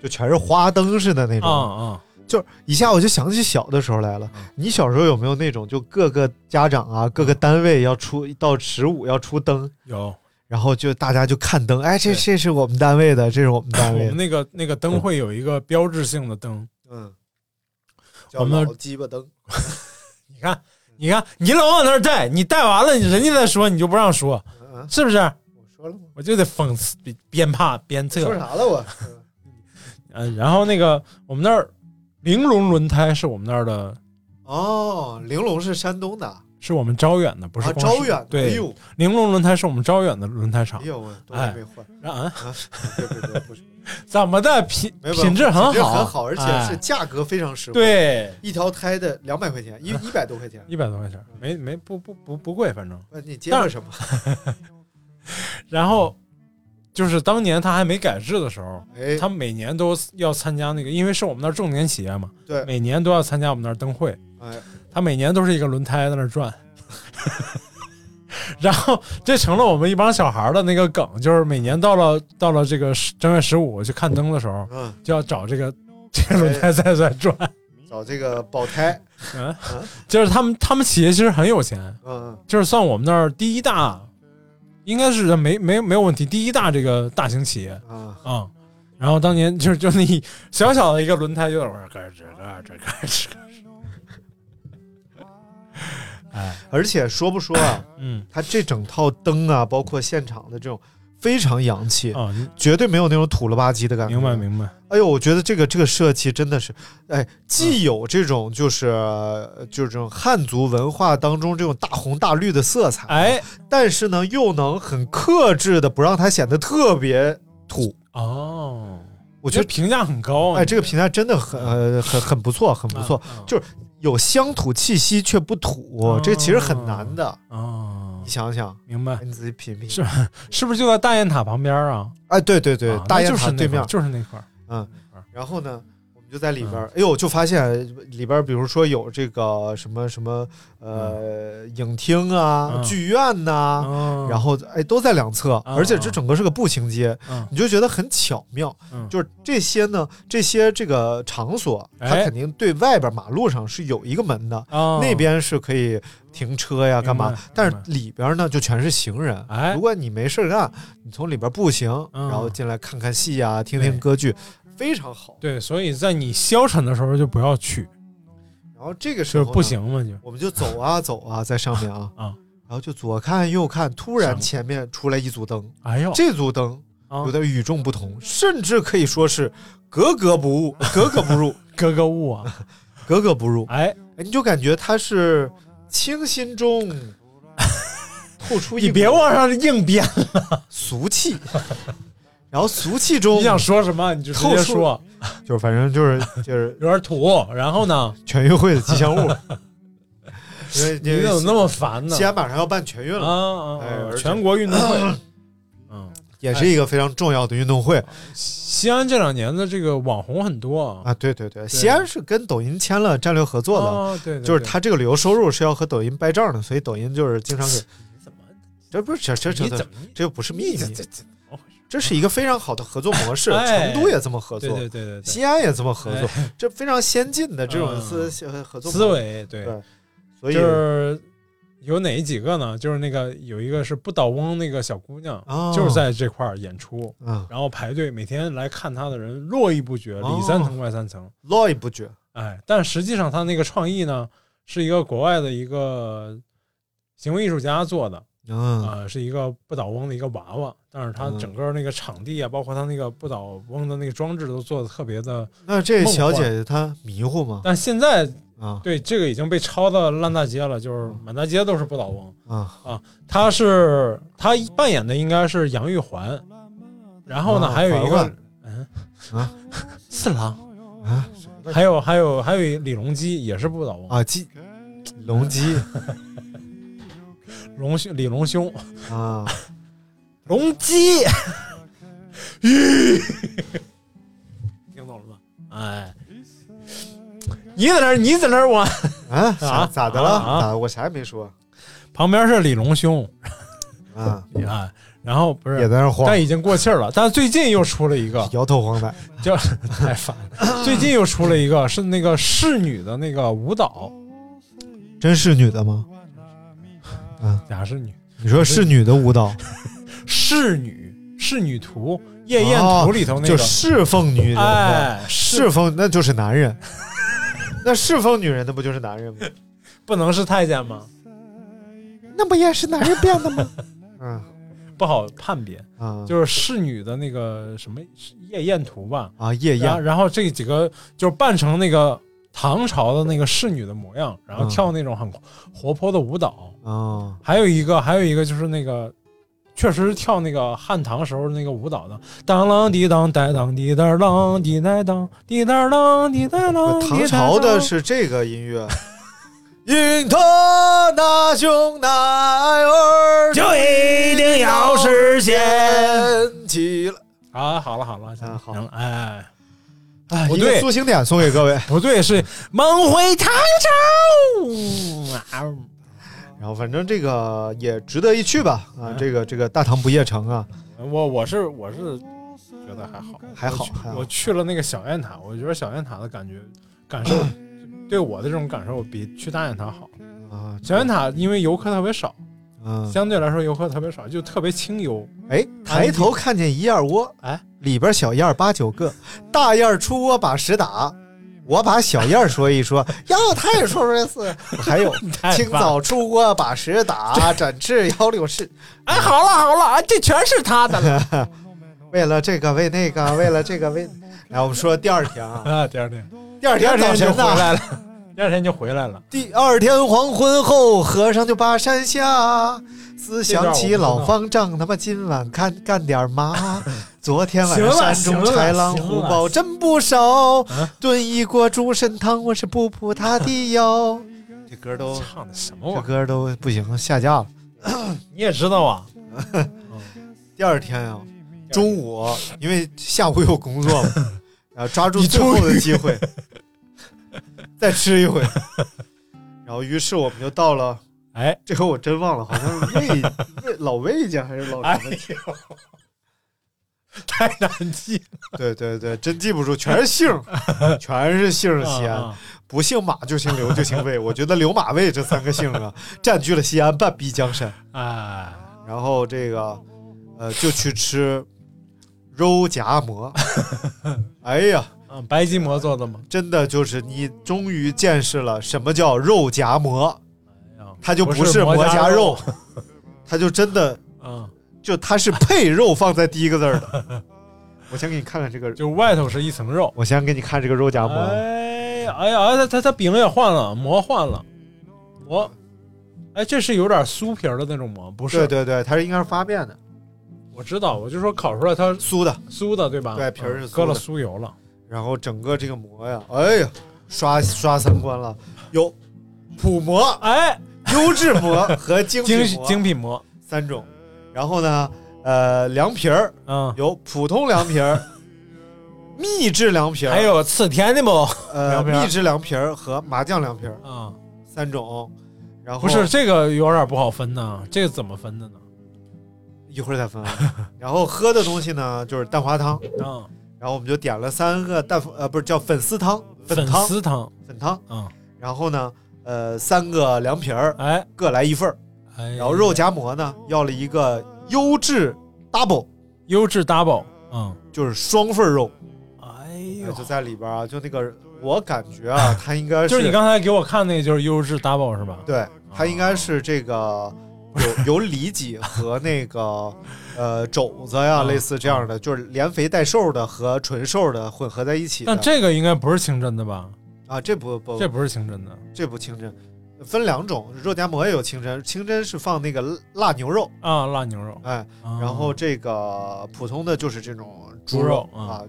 Speaker 5: 就全是花灯似的那
Speaker 2: 啊
Speaker 5: 种，
Speaker 2: 啊，
Speaker 5: 就是一下我就想起小的时候来了。
Speaker 2: 嗯
Speaker 5: 你小时候有没有那种，就各个家长啊、各个单位要出到十五要出灯，
Speaker 2: 有
Speaker 5: 然后就大家就看灯，哎，这
Speaker 2: 对
Speaker 5: 这是我们单位的，这是我们单
Speaker 2: 我
Speaker 5: 位
Speaker 2: 们
Speaker 5: 的，
Speaker 2: 那个那个灯会有一个标志性的灯，
Speaker 5: 嗯，
Speaker 2: 我们
Speaker 5: 老鸡巴灯，
Speaker 2: 你看你看你老往那儿带，你带完了人家再说你就不让说，
Speaker 5: 嗯啊，
Speaker 2: 是不是？
Speaker 5: 我说 了吗？
Speaker 2: 我就得讽刺边边怕边测
Speaker 5: 说。啥了我？
Speaker 2: 嗯，然后那个我们那儿玲珑轮胎是我们那儿的，
Speaker 5: 哦，玲珑是山东的，
Speaker 2: 是我们招远的，不是
Speaker 5: 啊，
Speaker 2: 光是
Speaker 5: 招远的，哎
Speaker 2: 对，
Speaker 5: 呦，
Speaker 2: 玲珑轮胎是我们招远的轮胎厂
Speaker 5: 哎。呦，我多久没换
Speaker 2: 啊，
Speaker 5: 啊？别别别，不是。
Speaker 2: 怎么的品
Speaker 5: 没有
Speaker 2: 品质很好，
Speaker 5: 品质很好，而且是
Speaker 2: 哎
Speaker 5: 价格非常实惠。，
Speaker 2: 对
Speaker 5: 一条胎的两百块钱，一一百多块 钱。
Speaker 2: 一百多块钱，没没不不不不贵，反正。
Speaker 5: 呃你接了什么？
Speaker 2: 然后就是当年他还没改制的时候，
Speaker 5: 哎，
Speaker 2: 他每年都要参加那个，因为是我们那儿重点企业嘛，
Speaker 5: 对，
Speaker 2: 每年都要参加我们那儿灯会，
Speaker 5: 哎，
Speaker 2: 他每年都是一个轮胎在那儿转。 然后这成了我们一帮小孩儿的那个梗，就是每年到了到了这个十正月十五去看灯的时候，
Speaker 5: 嗯，
Speaker 2: 就要找这个这个轮胎在在转。
Speaker 5: 找这个保胎，
Speaker 2: 嗯
Speaker 5: 嗯，
Speaker 2: 就是他们他们企业其实很有钱，
Speaker 5: 嗯，
Speaker 2: 就是算我们那儿第一大，应该是没没没有问题，第一大这个大型企业
Speaker 5: 嗯啊，
Speaker 2: 啊、嗯。然后当年就是就那一小小的一个轮胎，就在那儿咯吱咯吱咯吱咯吱，哎，
Speaker 5: 而且说不说啊，
Speaker 2: 嗯
Speaker 5: 它这整套灯啊，包括现场的这种。非常洋气，
Speaker 2: 哦，
Speaker 5: 绝对没有那种土了吧唧的感觉。
Speaker 2: 明白。明白，
Speaker 5: 哎呦，我觉得这个这个设计真的是，哎，既有这种就是、就是这种汉族文化当中这种大红大绿的色彩，
Speaker 2: 哎
Speaker 5: 但是呢，又能很克制的不让它显得特别土。
Speaker 2: 哦，
Speaker 5: 我
Speaker 2: 我
Speaker 5: 觉得，
Speaker 2: 评价很高啊，
Speaker 5: 哎，这个评价真的很呃很很不错，很不错，
Speaker 2: 嗯
Speaker 5: 就是有乡土气息却不土
Speaker 2: 哦，
Speaker 5: 这其实很难的。
Speaker 2: 哦
Speaker 5: 你，想想，
Speaker 2: 明白
Speaker 5: 哎，你自己品品。
Speaker 2: 是是不是就在大雁塔旁边啊？
Speaker 5: 哎，对对对，
Speaker 2: 啊
Speaker 5: 大雁
Speaker 2: 那就是
Speaker 5: 塔
Speaker 2: 那
Speaker 5: 对
Speaker 2: 块儿
Speaker 5: 面。
Speaker 2: 就是那块儿，
Speaker 5: 嗯
Speaker 2: 那块儿，
Speaker 5: 然后呢，我们就在里边
Speaker 2: 嗯
Speaker 5: 儿，哎呦，就发现里边儿，比如说有这个什么什么呃影厅啊、
Speaker 2: 嗯
Speaker 5: 剧院呐，
Speaker 2: 哦
Speaker 5: 然后哎都在两侧，
Speaker 2: 嗯
Speaker 5: 而且这整个是个步行街，
Speaker 2: 嗯
Speaker 5: 你就觉得很巧妙。
Speaker 2: 嗯
Speaker 5: 就是这些呢，这些这个场所，它
Speaker 2: 哎
Speaker 5: 肯定对外边马路上是有一个门的，
Speaker 2: 哦
Speaker 5: 那边是可以停车呀，
Speaker 2: 明白
Speaker 5: 干嘛
Speaker 2: 明白？
Speaker 5: 但是里边呢就全是行人。
Speaker 2: 哎
Speaker 5: 如果你没事儿干，你从里边步行，
Speaker 2: 嗯
Speaker 5: 然后进来看看戏呀，听听
Speaker 2: 对
Speaker 5: 歌剧，非常好。
Speaker 2: 对，所以在你消沉的时候就不要去，
Speaker 5: 然后这个时
Speaker 2: 就
Speaker 5: 候
Speaker 2: 是不
Speaker 5: 呢，
Speaker 2: 行嘛，就
Speaker 5: 我们就走啊走啊，在上面啊，
Speaker 2: 啊
Speaker 5: 然后就左看右看，突然
Speaker 2: 上
Speaker 5: 前面出来一组灯，
Speaker 2: 哎呦，
Speaker 5: 这组灯
Speaker 2: 啊
Speaker 5: 有点与众不同，甚至可以说是格格不 入，格格不入，
Speaker 2: 格格 物啊，
Speaker 5: 格格不入。
Speaker 2: 哎，
Speaker 5: 哎，你就感觉它是清新中透出一
Speaker 2: 你
Speaker 5: 股
Speaker 2: 别往上硬编，
Speaker 5: 俗气， 然后俗气中
Speaker 2: 你想说什么你就直接
Speaker 5: 透出
Speaker 2: 说，
Speaker 5: 就是反正就是 就是
Speaker 2: 有点土。然后呢，
Speaker 5: 全运会的吉 祥物，因为
Speaker 2: 你
Speaker 5: 因
Speaker 2: 怎么
Speaker 5: 为
Speaker 2: 那么烦呢
Speaker 5: 西？安马上要办全运
Speaker 2: 啊
Speaker 5: 了，
Speaker 2: 啊
Speaker 5: 哎
Speaker 2: 啊！
Speaker 5: 而且
Speaker 2: 全国运动 会，嗯，
Speaker 5: 也是一个非常重要的运动会
Speaker 2: 哎西安这两年的这个网红很多啊，
Speaker 5: 啊！对对对，西安是跟抖音签了战略合作的，
Speaker 2: 啊对，对
Speaker 5: 就是
Speaker 2: 对
Speaker 5: 他这个旅游收入是要和抖音掰账的，所以抖音就是经常给，
Speaker 2: 怎么
Speaker 5: 这不是这这
Speaker 2: 你怎
Speaker 5: 这
Speaker 2: 么你
Speaker 5: 这又不是秘
Speaker 2: 你这
Speaker 5: 密，
Speaker 2: 这怎么回事？
Speaker 5: 这是一个非常好的合作模式，
Speaker 2: 哎
Speaker 5: 成都也这么合
Speaker 2: 对
Speaker 5: 作
Speaker 2: 对对，对哎对，
Speaker 5: 西安也这么合作，这非常先进的这种思呃
Speaker 2: 嗯
Speaker 5: 合作
Speaker 2: 思
Speaker 5: 模式，
Speaker 2: 维对，
Speaker 5: 对所以
Speaker 2: 就是有哪几个呢？就是那个有一个是不倒翁那个小姑娘，
Speaker 5: 哦
Speaker 2: 就是在这块儿演出，
Speaker 5: 嗯，
Speaker 2: 然后排队每天来看她的人络绎不绝，
Speaker 5: 哦
Speaker 2: 里三层外三层。
Speaker 5: 络绎不绝，
Speaker 2: 哎，但实际上她那个创意呢，是一个国外的一个行为艺术家做的，
Speaker 5: 嗯
Speaker 2: 呃，是一个不倒翁的一个娃娃，但是它
Speaker 5: 嗯
Speaker 2: 整个那个场地啊，包括它那个不倒翁的那个装置都做的特别的，
Speaker 5: 那这小姐姐她迷糊吗？
Speaker 2: 但现在
Speaker 5: 啊
Speaker 2: 对这个已经被抄到烂大街了，就是满大街都是不倒翁。
Speaker 5: 啊，
Speaker 2: 他是他扮演的应该是杨玉环，然后呢
Speaker 5: 啊
Speaker 2: 还有
Speaker 5: 环
Speaker 2: 一个
Speaker 5: 环
Speaker 2: 嗯
Speaker 5: 啊
Speaker 2: 四郎
Speaker 5: 啊，
Speaker 2: 还有还有还有李隆基也是不倒翁，
Speaker 5: 啊，鸡
Speaker 2: 嗯
Speaker 5: 龙鸡
Speaker 2: 隆兄李隆 兄
Speaker 5: 啊，
Speaker 2: 隆基， 听懂了吗？哎，你在那儿你在那儿我
Speaker 5: 啊，咋咋的了？
Speaker 2: 啊啊
Speaker 5: 咋我啥也没说
Speaker 2: 旁边是李隆兄
Speaker 5: 啊，
Speaker 2: 啊，然后不
Speaker 5: 也
Speaker 2: 是。
Speaker 5: 在那晃，
Speaker 2: 但已经过气儿了，但最近又出了一个，
Speaker 5: 摇头晃摆
Speaker 2: 叫太烦 了。最近又出了一个，是那个侍女的那个舞蹈，
Speaker 5: 真是女的吗？
Speaker 2: 假侍女，
Speaker 5: 你说是女的舞 蹈，
Speaker 2: 侍女，侍女图，夜宴图里头那
Speaker 5: 哦就
Speaker 2: 个，
Speaker 5: 侍奉女人的，
Speaker 2: 哎，
Speaker 5: 侍
Speaker 2: 是
Speaker 5: 奉那就是男人， 那侍奉女人的不就是男人吗？
Speaker 2: 不能是太监吗？
Speaker 5: 那不也是男人变的吗？ 嗯
Speaker 2: 不好判别，
Speaker 5: 啊，
Speaker 2: 就是侍女的那个什么夜宴图吧。
Speaker 5: 啊夜
Speaker 2: 然后
Speaker 5: 宴
Speaker 2: 然后这几个就是扮成那个唐朝的那个侍女的模样，然后
Speaker 5: 嗯
Speaker 2: 跳那种很活泼的舞蹈。
Speaker 5: 啊
Speaker 2: 还有一个，还有一个就是那个，确实是跳那个汉唐时候那个舞蹈的，当啷滴当呆当滴当啷滴呆当滴当啷滴呆啷。滴
Speaker 5: 唐
Speaker 2: 呆
Speaker 5: 朝的
Speaker 2: 啷
Speaker 5: 是这个音 乐。云头那兄男儿
Speaker 2: 就一定要实现。
Speaker 5: 起了。
Speaker 2: 啊，好了好了，行了
Speaker 5: 啊好
Speaker 2: 行了，哎，
Speaker 5: 哎
Speaker 2: 不
Speaker 5: 一个
Speaker 2: 对
Speaker 5: 苏醒点送给各位。
Speaker 2: 不对，是梦回唐朝。啊
Speaker 5: 然后反正这个也值得一去吧。啊，
Speaker 2: 嗯
Speaker 5: 这个这个大唐不夜城啊，
Speaker 2: 我我是我是觉得还好，
Speaker 5: 还好
Speaker 2: 我去
Speaker 5: 还好
Speaker 2: 我去了那个小雁塔，我觉得小雁塔的感觉感受，对我的这种感受比去大雁塔好。
Speaker 5: 啊，
Speaker 2: 小雁塔因为游客特别少，
Speaker 5: 嗯，
Speaker 2: 相对来说游客特别少，就特别 清幽。
Speaker 5: 哎，抬头看见一燕窝，
Speaker 2: 哎，
Speaker 5: 里边小燕儿八九个，大燕儿出窝把屎打。我把小燕儿说一 说，哟，他也说说是，还有
Speaker 2: 太
Speaker 5: 清
Speaker 2: 棒
Speaker 5: 早出窝把屎打，展翅摇柳絮。
Speaker 2: 哎，好了好了，啊这全是他的了。
Speaker 5: 为了这个，为那个，为了这个，为……来，我们说第二天啊，
Speaker 2: 啊，第二天，
Speaker 5: 第二
Speaker 2: 第二
Speaker 5: 天早
Speaker 2: 天就
Speaker 5: 晨
Speaker 2: 回
Speaker 5: 呢，
Speaker 2: 来了， 第二天就回来了。
Speaker 5: 第二天黄昏后，和尚就把山下，思想起老方丈，他妈今晚看干点嘛？昨天晚上山中豺狼虎豹真不少，炖一锅猪参汤，我是不扑他的腰。这歌都
Speaker 2: 唱的什么
Speaker 5: 这
Speaker 2: 玩意儿？
Speaker 5: 歌都不行，下架了。
Speaker 2: 你也知道啊？
Speaker 5: 第二天啊，中午因为下午有工 作嘛，然后抓住最后的机会，再吃一回。然后于是我们就到了。
Speaker 2: 哎，
Speaker 5: 这回我真忘了，好像是魏魏老魏家还是 老
Speaker 2: 哎
Speaker 5: 什么？
Speaker 2: 呦，太难记了。
Speaker 5: 对对对，真记不住，全是姓儿， 全是姓儿西
Speaker 2: 啊
Speaker 5: 安，不姓马就姓刘就姓魏。我觉得刘马魏这三个姓啊，占据了西安半壁江山。
Speaker 2: 哎，
Speaker 5: 然后这个呃，就去吃肉夹 馍。哎呀，
Speaker 2: 嗯，白吉馍做的吗？
Speaker 5: 真的就是你终于见识了什么叫肉夹馍，它就不是
Speaker 2: 馍
Speaker 5: 馍夹
Speaker 2: 夹
Speaker 5: 肉，，它就真的
Speaker 2: 嗯，
Speaker 5: 就它是配肉放在第一个字儿的。 我先给你看看这个，
Speaker 2: 就外头是一层肉。
Speaker 5: 我先给你看这个肉夹馍。
Speaker 2: 哎哎呀，哎呀，他他他饼也换了，馍换了，馍哎，这是有点酥皮儿的那种馍，不是？
Speaker 5: 对对对，它是应该是发面的，
Speaker 2: 我知道，我就说烤出来它
Speaker 5: 酥的，
Speaker 2: 酥的，对吧？
Speaker 5: 对皮儿是
Speaker 2: 嗯搁
Speaker 5: 酥
Speaker 2: 了
Speaker 5: 的
Speaker 2: 酥油了。
Speaker 5: 然后整个这个馍呀，哎呀，刷刷三观了，有普 馍、
Speaker 2: 哎，
Speaker 5: 优质馍和精
Speaker 2: 精
Speaker 5: 品馍
Speaker 2: 精品馍，
Speaker 5: 三种。然后呢，呃，凉皮儿
Speaker 2: 嗯，
Speaker 5: 有普通凉皮 儿、秘制凉皮儿，
Speaker 2: 还有刺甜的馍，
Speaker 5: 呃
Speaker 2: 凉皮儿
Speaker 5: 秘制凉皮儿和麻酱凉皮儿
Speaker 2: 嗯，
Speaker 5: 三种。然后
Speaker 2: 不是这个有点不好分呢，这个怎么分的呢？
Speaker 5: 一会儿再分 啊。然后喝的东西呢，就是蛋花汤，
Speaker 2: 嗯，
Speaker 5: 然后我们就点了三个蛋呃不是叫粉丝汤，
Speaker 2: 粉
Speaker 5: 汤
Speaker 2: 丝汤，
Speaker 5: 粉汤。
Speaker 2: 嗯，
Speaker 5: 然后呢，呃三个凉皮儿
Speaker 2: 哎，
Speaker 5: 各来一份儿，
Speaker 2: 哎，
Speaker 5: 然后肉夹馍呢要了一个优质 double，
Speaker 2: 优质 double，嗯，
Speaker 5: 就是双份儿肉，
Speaker 2: 哎
Speaker 5: 呃
Speaker 2: 呦
Speaker 5: 就，在里边儿啊，就那个我感觉啊，它应该是
Speaker 2: 就是你刚才给我看那个就是优质 double 是吧？
Speaker 5: 对，它应该是这
Speaker 2: 哦
Speaker 5: 个。有有里脊和那个，呃，肘子呀，
Speaker 2: 嗯
Speaker 5: 类似这样的，就是连肥带瘦的和纯瘦的混合在一起的。
Speaker 2: 但这个应该不是清真的吧？
Speaker 5: 啊，这不不
Speaker 2: 这不是清真的，
Speaker 5: 这不清真，分两种，肉夹馍也有清真，清真是放那个辣牛肉，
Speaker 2: 啊，辣牛肉，
Speaker 5: 哎，
Speaker 2: 啊
Speaker 5: 然后这个普通的就是这种
Speaker 2: 猪
Speaker 5: 猪
Speaker 2: 肉
Speaker 5: 啊，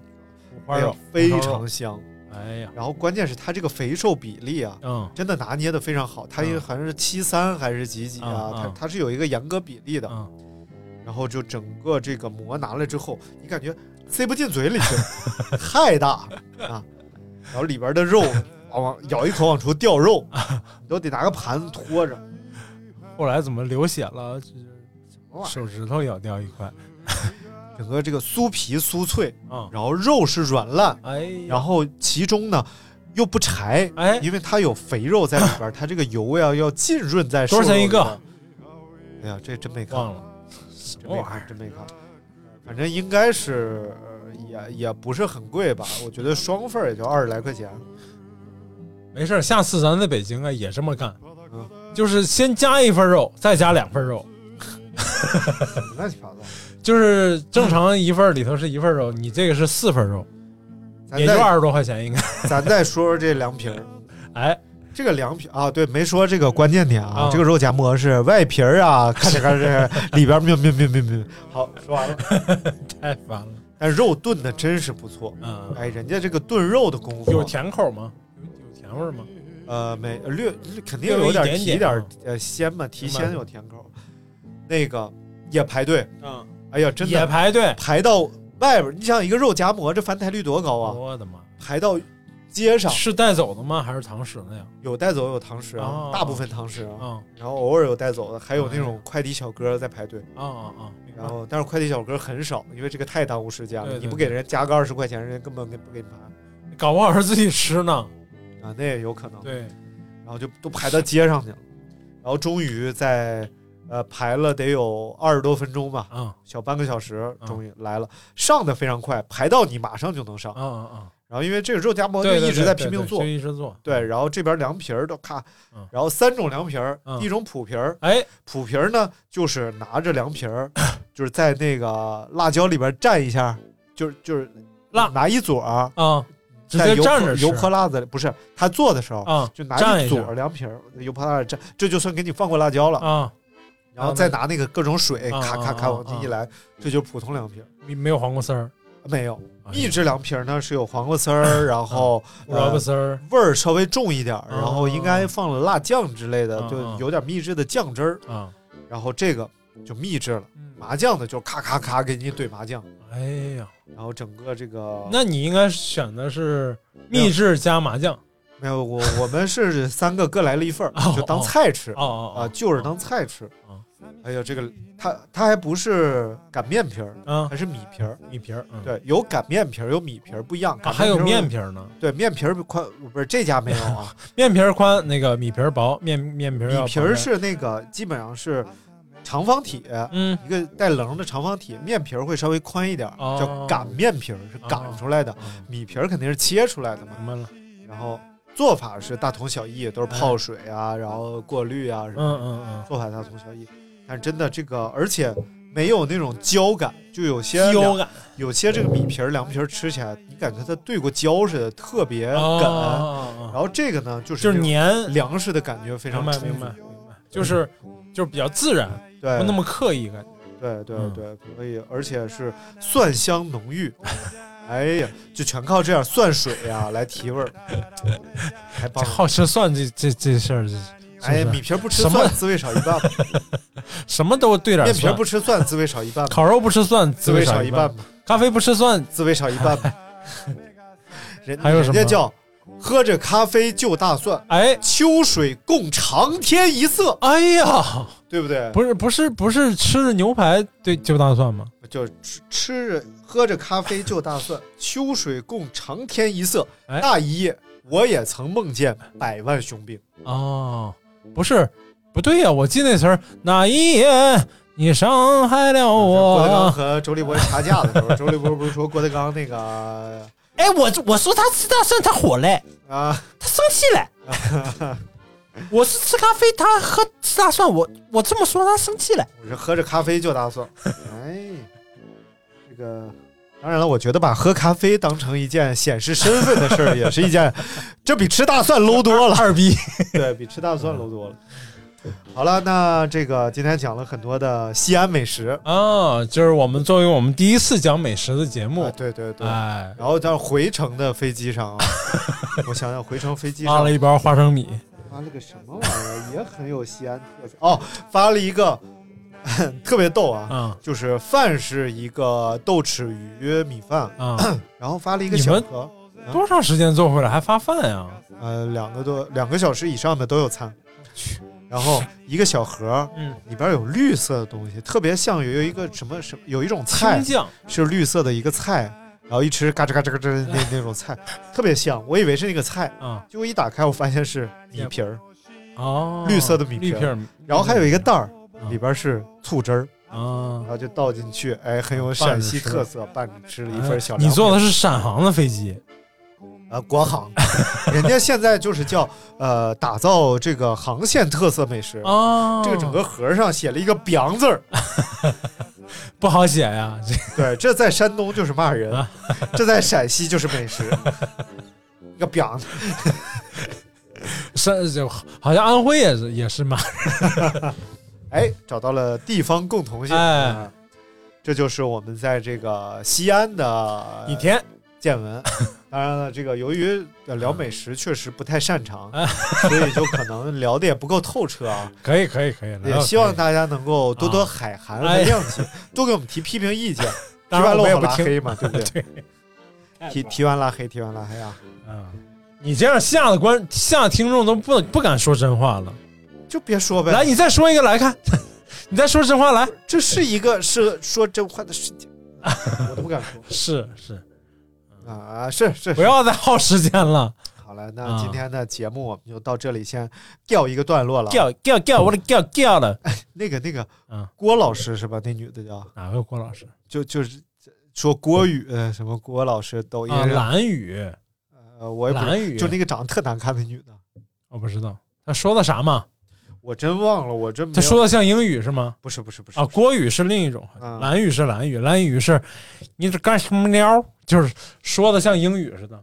Speaker 2: 五花
Speaker 5: 哎呀
Speaker 2: 肉，
Speaker 5: 非
Speaker 2: 红烧肉
Speaker 5: 常，香。
Speaker 2: 哎呀，
Speaker 5: 然后关键是它这个肥瘦比例啊，
Speaker 2: 嗯
Speaker 5: 真的拿捏的非常好，它
Speaker 2: 嗯
Speaker 5: 因为好像是七三还是几几啊，
Speaker 2: 嗯
Speaker 5: 它
Speaker 2: 嗯
Speaker 5: 它是有一个严格比例的。
Speaker 2: 嗯，
Speaker 5: 然后就整个这个馍拿来之后，你感觉塞不进嘴里去，太大了啊！然后里边的肉往往咬一口往出掉肉，你都得拿个盘子拖着。
Speaker 2: 后来怎么流血了？
Speaker 5: 么玩意儿
Speaker 2: 手指头咬掉一块，
Speaker 5: 整个这个酥皮酥脆，
Speaker 2: 嗯，
Speaker 5: 然后肉是软烂，
Speaker 2: 哎呀，
Speaker 5: 然后其中呢又不柴，
Speaker 2: 哎
Speaker 5: 因为它有肥肉在里边，它这个油要要浸润在瘦肉里边
Speaker 2: 多少钱？
Speaker 5: 哎呀，这真没看，
Speaker 2: 忘了，
Speaker 5: 真没
Speaker 2: 么玩意
Speaker 5: 看，真没看。反正应该是呃也也不是很贵吧，我觉得双份儿也就二十来块钱。
Speaker 2: 没事儿，下次咱在北京啊也这么干
Speaker 5: 嗯，
Speaker 2: 就是先加一份肉，再加两份肉，
Speaker 5: 乱七八糟，
Speaker 2: 就是正常一份里头是一份肉，你这个是四份肉，
Speaker 5: 咱
Speaker 2: 也就
Speaker 5: 再
Speaker 2: 二十多块钱应该。
Speaker 5: 咱再说说这凉皮儿，
Speaker 2: 哎，
Speaker 5: 这个凉皮啊，对，没说这个关键点啊，
Speaker 2: 啊
Speaker 5: 这个肉夹馍是外皮儿啊，咔哧咔哧，里边儿喵喵喵喵喵。好，说完了。
Speaker 2: 太烦了，
Speaker 5: 但肉炖的真是不错，
Speaker 2: 嗯，
Speaker 5: 哎，人家这个炖肉的功夫，啊
Speaker 2: 有甜口吗？有有甜味儿吗？
Speaker 5: 呃，没略略肯定
Speaker 2: 略有
Speaker 5: 有
Speaker 2: 一
Speaker 5: 点
Speaker 2: 点
Speaker 5: 提
Speaker 2: 点
Speaker 5: 点儿
Speaker 2: 啊
Speaker 5: 呃鲜嘛，提
Speaker 2: 明白
Speaker 5: 鲜有甜口。那个也排队，
Speaker 2: 嗯，
Speaker 5: 哎呀，真
Speaker 2: 也
Speaker 5: 的
Speaker 2: 排队，
Speaker 5: 排到外边儿。你想一个肉夹馍，这翻台率多高啊？
Speaker 2: 我的妈！
Speaker 5: 排到街上
Speaker 2: 是带走的吗？还是堂食的呀？
Speaker 5: 有带走有堂食啊
Speaker 2: 哦，
Speaker 5: 大部分堂食啊，
Speaker 2: 啊
Speaker 5: 然后偶尔有带走的，还有那种快递小哥在排队。
Speaker 2: 啊啊啊！明白
Speaker 5: 然后，但是快递小哥很少，因为这个太耽误时间了。
Speaker 2: 对对
Speaker 5: 你不给人加个二十块钱，人家根本给不给你排
Speaker 2: 搞不好是自己吃呢。
Speaker 5: 啊，那也有可能。
Speaker 2: 对，
Speaker 5: 然后就都排到街上去了，然后终于在呃排了得有二十多分钟吧，
Speaker 2: 啊
Speaker 5: 小半个小时，
Speaker 2: 嗯
Speaker 5: 终于来了，上的非常快，排到你马上就能上
Speaker 2: 啊。啊
Speaker 5: 然后因为这个肉夹馍
Speaker 2: 啊！
Speaker 5: 哦就
Speaker 2: 对，对
Speaker 5: 一直在拼命
Speaker 2: 对对
Speaker 5: 做
Speaker 2: 就，一直做。
Speaker 5: 对，然后这边凉皮儿都咔
Speaker 2: 嗯，
Speaker 5: 然后三种凉皮儿，
Speaker 2: 嗯
Speaker 5: 一种普皮儿，
Speaker 2: 哎，
Speaker 5: 普皮儿呢就是拿着凉皮儿，就是在那个辣椒里边蘸一下，就是就是
Speaker 2: 辣
Speaker 5: 拿一撮儿
Speaker 2: 啊，直
Speaker 5: 在
Speaker 2: 接
Speaker 5: 油
Speaker 2: 蘸
Speaker 5: 泼
Speaker 2: 着吃
Speaker 5: 油泼辣子里，不是他做的时候
Speaker 2: 啊
Speaker 5: 就拿
Speaker 2: 蘸
Speaker 5: 一
Speaker 2: 一
Speaker 5: 撮
Speaker 2: 下
Speaker 5: 儿凉皮儿，油泼辣子蘸，这就算给你放过辣椒了。
Speaker 2: 啊，
Speaker 5: 然后再拿那个各种水，
Speaker 2: 啊
Speaker 5: 咔
Speaker 2: 啊
Speaker 5: 咔咔
Speaker 2: 啊
Speaker 5: 往进一
Speaker 2: 啊
Speaker 5: 来，这就是普通凉皮儿。
Speaker 2: 没没有黄瓜丝儿，
Speaker 5: 没有
Speaker 2: 哎嗯
Speaker 5: 秘制凉皮儿呢，是有黄瓜丝儿，然后
Speaker 2: 胡萝
Speaker 5: 呃
Speaker 2: 卜丝儿，
Speaker 5: 味儿稍微重一点
Speaker 2: 嗯
Speaker 5: 儿，然后应该放了辣酱之类的，
Speaker 2: 啊
Speaker 5: 就
Speaker 2: 啊
Speaker 5: 有点秘制的酱汁儿。
Speaker 2: 啊，
Speaker 5: 然后这个就秘制了，
Speaker 2: 嗯
Speaker 5: 麻酱的就咔咔咔给你怼麻酱，
Speaker 2: 哎呀，
Speaker 5: 然后整个这个
Speaker 2: 那你应该选的是秘制加麻酱。
Speaker 5: 没有我我们是三个各来了一份儿
Speaker 2: 哦，
Speaker 5: 就当菜吃
Speaker 2: 哦哦
Speaker 5: 啊，就是当菜吃
Speaker 2: 哦。
Speaker 5: 哎呀，这个它它还不是擀面皮儿，
Speaker 2: 啊
Speaker 5: 还是米皮儿。
Speaker 2: 米皮儿，嗯，
Speaker 5: 对，有擀面皮儿，有米皮儿，不一样。
Speaker 2: 啊
Speaker 5: 擀
Speaker 2: 还有
Speaker 5: 皮儿
Speaker 2: 面，皮儿呢，
Speaker 5: 对面皮儿宽，不是这家没有啊。
Speaker 2: 面皮儿宽，那个米皮儿薄，面面皮儿要
Speaker 5: 米
Speaker 2: 薄
Speaker 5: 皮儿是那个基本上是长方体，
Speaker 2: 嗯
Speaker 5: 一个带棱的长方体，面皮儿会稍微宽一点儿，
Speaker 2: 哦
Speaker 5: 叫擀面皮儿，是擀出来的。
Speaker 2: 嗯
Speaker 5: 米皮儿肯定是切出来的嘛，
Speaker 2: 明白了，
Speaker 5: 然后做法是大同小异，都是泡水啊，然后过滤啊什
Speaker 2: 嗯
Speaker 5: 么，
Speaker 2: 嗯
Speaker 5: 做法大同小异。但真的这个，而且没有那种焦感，就有些
Speaker 2: 嗯，
Speaker 5: 凉
Speaker 2: 腰感
Speaker 5: 有些这个米皮儿、凉皮儿吃起来，你感觉它对过焦似的，特别
Speaker 2: 哦
Speaker 5: 梗。
Speaker 2: 哦哦哦
Speaker 5: 然后这个呢，就是
Speaker 2: 就是
Speaker 5: 那种
Speaker 2: 粘，
Speaker 5: 粮食的感觉非常
Speaker 2: 明白
Speaker 5: 充足
Speaker 2: 明
Speaker 5: 嗯
Speaker 2: 白明白，就是就是比较自然，
Speaker 5: 对，
Speaker 2: 不那么刻意感觉。
Speaker 5: 对对
Speaker 2: 嗯
Speaker 5: 对，可以，而且是蒜香浓郁。哎呀，就全靠这样蒜水呀、来提味儿，太棒
Speaker 2: 这
Speaker 5: 了！
Speaker 2: 好吃蒜这这这事儿，这
Speaker 5: 哎呀，
Speaker 2: 是不
Speaker 5: 米
Speaker 2: 是
Speaker 5: 皮儿不吃
Speaker 2: 什么
Speaker 5: 蒜，滋味少一半；
Speaker 2: 什么都兑点
Speaker 5: 面皮儿
Speaker 2: 蒜
Speaker 5: 不，吃蒜，滋味少一半；
Speaker 2: 烤肉不吃蒜，
Speaker 5: 滋
Speaker 2: 滋
Speaker 5: 味
Speaker 2: 味
Speaker 5: 少
Speaker 2: 少
Speaker 5: 一
Speaker 2: 半
Speaker 5: 半；，
Speaker 2: 咖啡不吃蒜，
Speaker 5: 滋味少一半。 人
Speaker 2: 还有什么
Speaker 5: 人家叫喝着咖啡就大蒜，
Speaker 2: 哎
Speaker 5: 秋水共长天一色，
Speaker 2: 哎呀，
Speaker 5: 对不对？
Speaker 2: 不是不是不是吃着牛排对就大蒜吗？
Speaker 5: 就吃吃着喝着咖啡就大蒜，秋水共长天一色。
Speaker 2: 哎
Speaker 5: 那一夜，我也曾梦见百万雄兵。
Speaker 2: 哦，不是，不对呀、我记那词儿哪一夜你伤害了
Speaker 5: 郭德纲
Speaker 2: 我？
Speaker 5: 和周立波掐架的时候，周立波不是说郭德纲那个
Speaker 2: 哎，我我说他吃大蒜，他火了，
Speaker 5: 啊，
Speaker 2: 他生气了。 我是吃咖啡，他喝吃大蒜，我我这么说他生气了。
Speaker 5: 我是喝着咖啡就大蒜。哎，这个当然了，我觉得把喝咖啡当成一件显示身份的事儿，也是一件，这比 吃大蒜 low 多了。
Speaker 2: 二逼，
Speaker 5: 对比吃大蒜 low 多了。好了，那这个今天讲了很多的西安美食，
Speaker 2: 啊，就是我们作为我们第一次讲美食的节目
Speaker 5: 啊，，对对对。
Speaker 2: 哎，
Speaker 5: 然后到回程的飞机上 啊，我想想回程飞机
Speaker 2: 发
Speaker 5: 上
Speaker 2: 了一包花生米，
Speaker 5: 发了个什么玩意儿，也很有西安特色哦，发了一个 特别逗啊，
Speaker 2: 啊
Speaker 5: 就是饭是一个豆豉鱼米饭，
Speaker 2: 啊，
Speaker 5: 然后发了一个
Speaker 2: 你
Speaker 5: 小
Speaker 2: 们
Speaker 5: 盒，
Speaker 2: 多长时间做回来还发饭啊呀？
Speaker 5: 呃，两个多两个小时以上的都有餐，然后一个小盒
Speaker 2: 嗯，
Speaker 5: 里边有绿色的东西，特别像有一个什么什么有一种菜
Speaker 2: 青酱，
Speaker 5: 是绿色的一个菜，然后一吃嘎吱嘎吱嘎吱的那那种菜，特别像，我以为是那个菜，
Speaker 2: 啊，
Speaker 5: 结果一打开我发现是米皮儿，
Speaker 2: 哦，
Speaker 5: 绿色的米
Speaker 2: 绿
Speaker 5: 片
Speaker 2: 片儿，
Speaker 5: 然后还有一个袋儿
Speaker 2: 啊
Speaker 5: 里边是醋汁儿。
Speaker 2: 啊
Speaker 5: 然，后就倒进去，哎，很有陕西特色，拌着吃了一份小
Speaker 2: 哎你
Speaker 5: 凉面。
Speaker 2: 坐的是闪航的飞机，
Speaker 5: 啊，国航，人家现在就是叫呃，打造这个航线特色美食。
Speaker 2: 哦，
Speaker 5: 这个整个盒上写了一个“凉”字儿，
Speaker 2: 不好写呀，这
Speaker 5: 对，这在山东就是骂人，
Speaker 2: 啊
Speaker 5: 这在陕西就是美 食。一个“凉
Speaker 2: 山就好像安徽也是也是嘛，”，
Speaker 5: 哎，找到了地方共同性。
Speaker 2: 哎
Speaker 5: 啊这就是我们在这个西安的
Speaker 2: 一天
Speaker 5: 见闻。当然了，这个由于呃聊美食确实不太擅长，
Speaker 2: 嗯
Speaker 5: 所以就可能聊的也不够透彻啊。
Speaker 2: 可以可以可以，来
Speaker 5: 也希望
Speaker 2: 可以
Speaker 5: 大家能够多多
Speaker 2: 啊
Speaker 5: 海涵和
Speaker 2: 嗯哎呀
Speaker 5: 谅解，多给我们提批评意见。提
Speaker 2: 当
Speaker 5: 完
Speaker 2: 然
Speaker 5: 了
Speaker 2: 我也
Speaker 5: 好
Speaker 2: 不
Speaker 5: 拉
Speaker 2: 听
Speaker 5: 黑嘛，对不对？
Speaker 2: 对，
Speaker 5: 提提完拉黑，提完拉黑啊！
Speaker 2: 嗯，你这样吓得观吓得听众都不不敢说真话了。
Speaker 5: 就别说呗。
Speaker 2: 来，你再说一个来看， 你再说真话来，
Speaker 5: 这是一个是说真话的事 情，我都不敢说
Speaker 2: 是是，
Speaker 5: 啊！是是，
Speaker 2: 不
Speaker 5: 是
Speaker 2: 要再耗时间 了，
Speaker 5: 好了，那
Speaker 2: 啊
Speaker 5: 今天的节目我们就到这里，先告一个段落了。
Speaker 2: 掉掉掉，我得掉掉 了。
Speaker 5: 那个那个
Speaker 2: 嗯，
Speaker 5: 郭老师是吧？那女的叫
Speaker 2: 哪位郭老师？
Speaker 5: 就就是说国语呃什么郭老师抖音
Speaker 2: 啊，
Speaker 5: 上
Speaker 2: 蓝宇，
Speaker 5: 呃我也不
Speaker 2: 蓝宇，
Speaker 5: 就那个长得特难看的女的，
Speaker 2: 我不知道他说的啥嘛？
Speaker 5: 我真忘了，我真没
Speaker 2: 他
Speaker 5: 有
Speaker 2: 说的像英语是吗？
Speaker 5: 不是不是不是
Speaker 2: 啊，国语是另一种，
Speaker 5: 啊
Speaker 2: 蓝语是蓝语，蓝语是你这干什么鸟？就是说的像英语似的。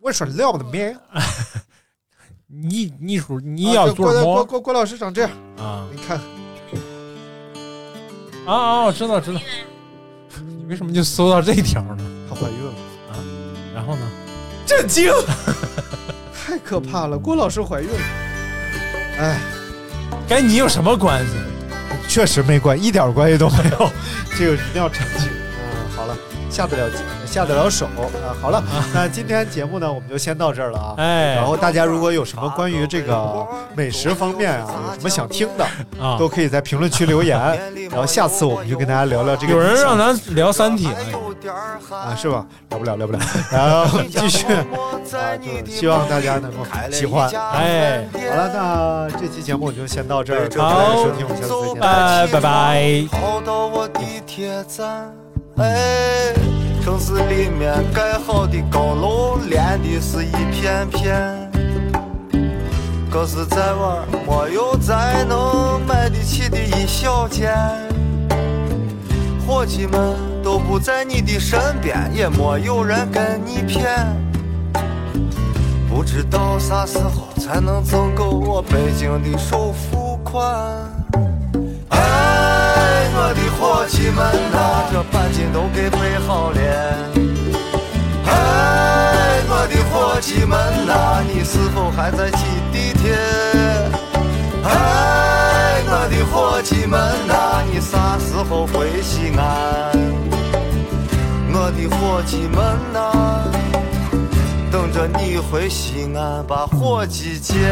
Speaker 5: 我说撩我的面，
Speaker 2: 你你属你
Speaker 5: 啊
Speaker 2: 要
Speaker 5: 就
Speaker 2: 做什
Speaker 5: 郭郭
Speaker 2: 么
Speaker 5: 郭郭老师长这样，
Speaker 2: 啊
Speaker 5: 你看
Speaker 2: 啊啊！我知道知道，你为什么就搜到这一条呢？
Speaker 5: 她怀孕了，
Speaker 2: 然后呢？
Speaker 5: 震惊，太可怕了，郭老师怀孕了，哎，
Speaker 2: 跟你有什么关系？
Speaker 5: 确实没关，一点关系都没有， 这个一定要澄清。嗯，好了，下得了下得了手啊，好了，那今天节目呢，我们就先到这儿了啊。
Speaker 2: 哎
Speaker 5: 然后大家如果有什么关于这个美食方面啊，有什么想听的，
Speaker 2: 啊
Speaker 5: 都可以在评论区留言。然后下次我们就跟大家聊聊这个。
Speaker 2: 有人让咱聊《三体》呢，
Speaker 5: 啊，是吧？聊不了，聊不了。然后 继 续啊，就希望大家能够喜欢。好
Speaker 2: 哎，
Speaker 5: 了，那这期节目就先到这儿，感谢大家
Speaker 2: 好
Speaker 5: 收听，我们下次再见。
Speaker 2: 呃，拜拜。
Speaker 6: 跑到我地铁站，哎，城市里面盖好的高楼连的是一片片，可是在外没有咱能买得起的一小间，伙计们都不在你的身边，也没有人跟你骗。不不知道啥时候才能挣够我北京的首付款。哎，我的伙计们呐，这半斤都给备好了。哎，我的伙计们呐，你是否还在挤地铁？哎，我的伙计们呐，你啥时候回西安？哎我的伙计们呐、等着你回西安把伙计见。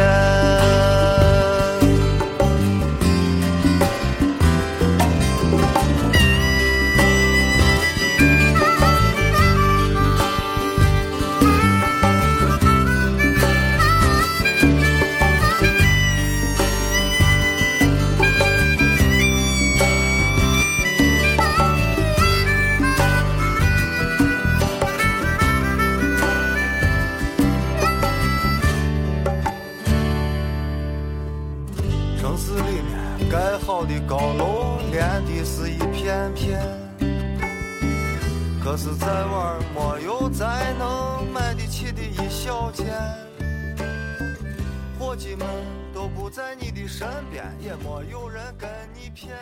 Speaker 6: 城市里面盖好的高楼连的是一片片，可是在外儿没有咱能买得起的一小间。伙计们都不在你的身边，也没有人跟你骗。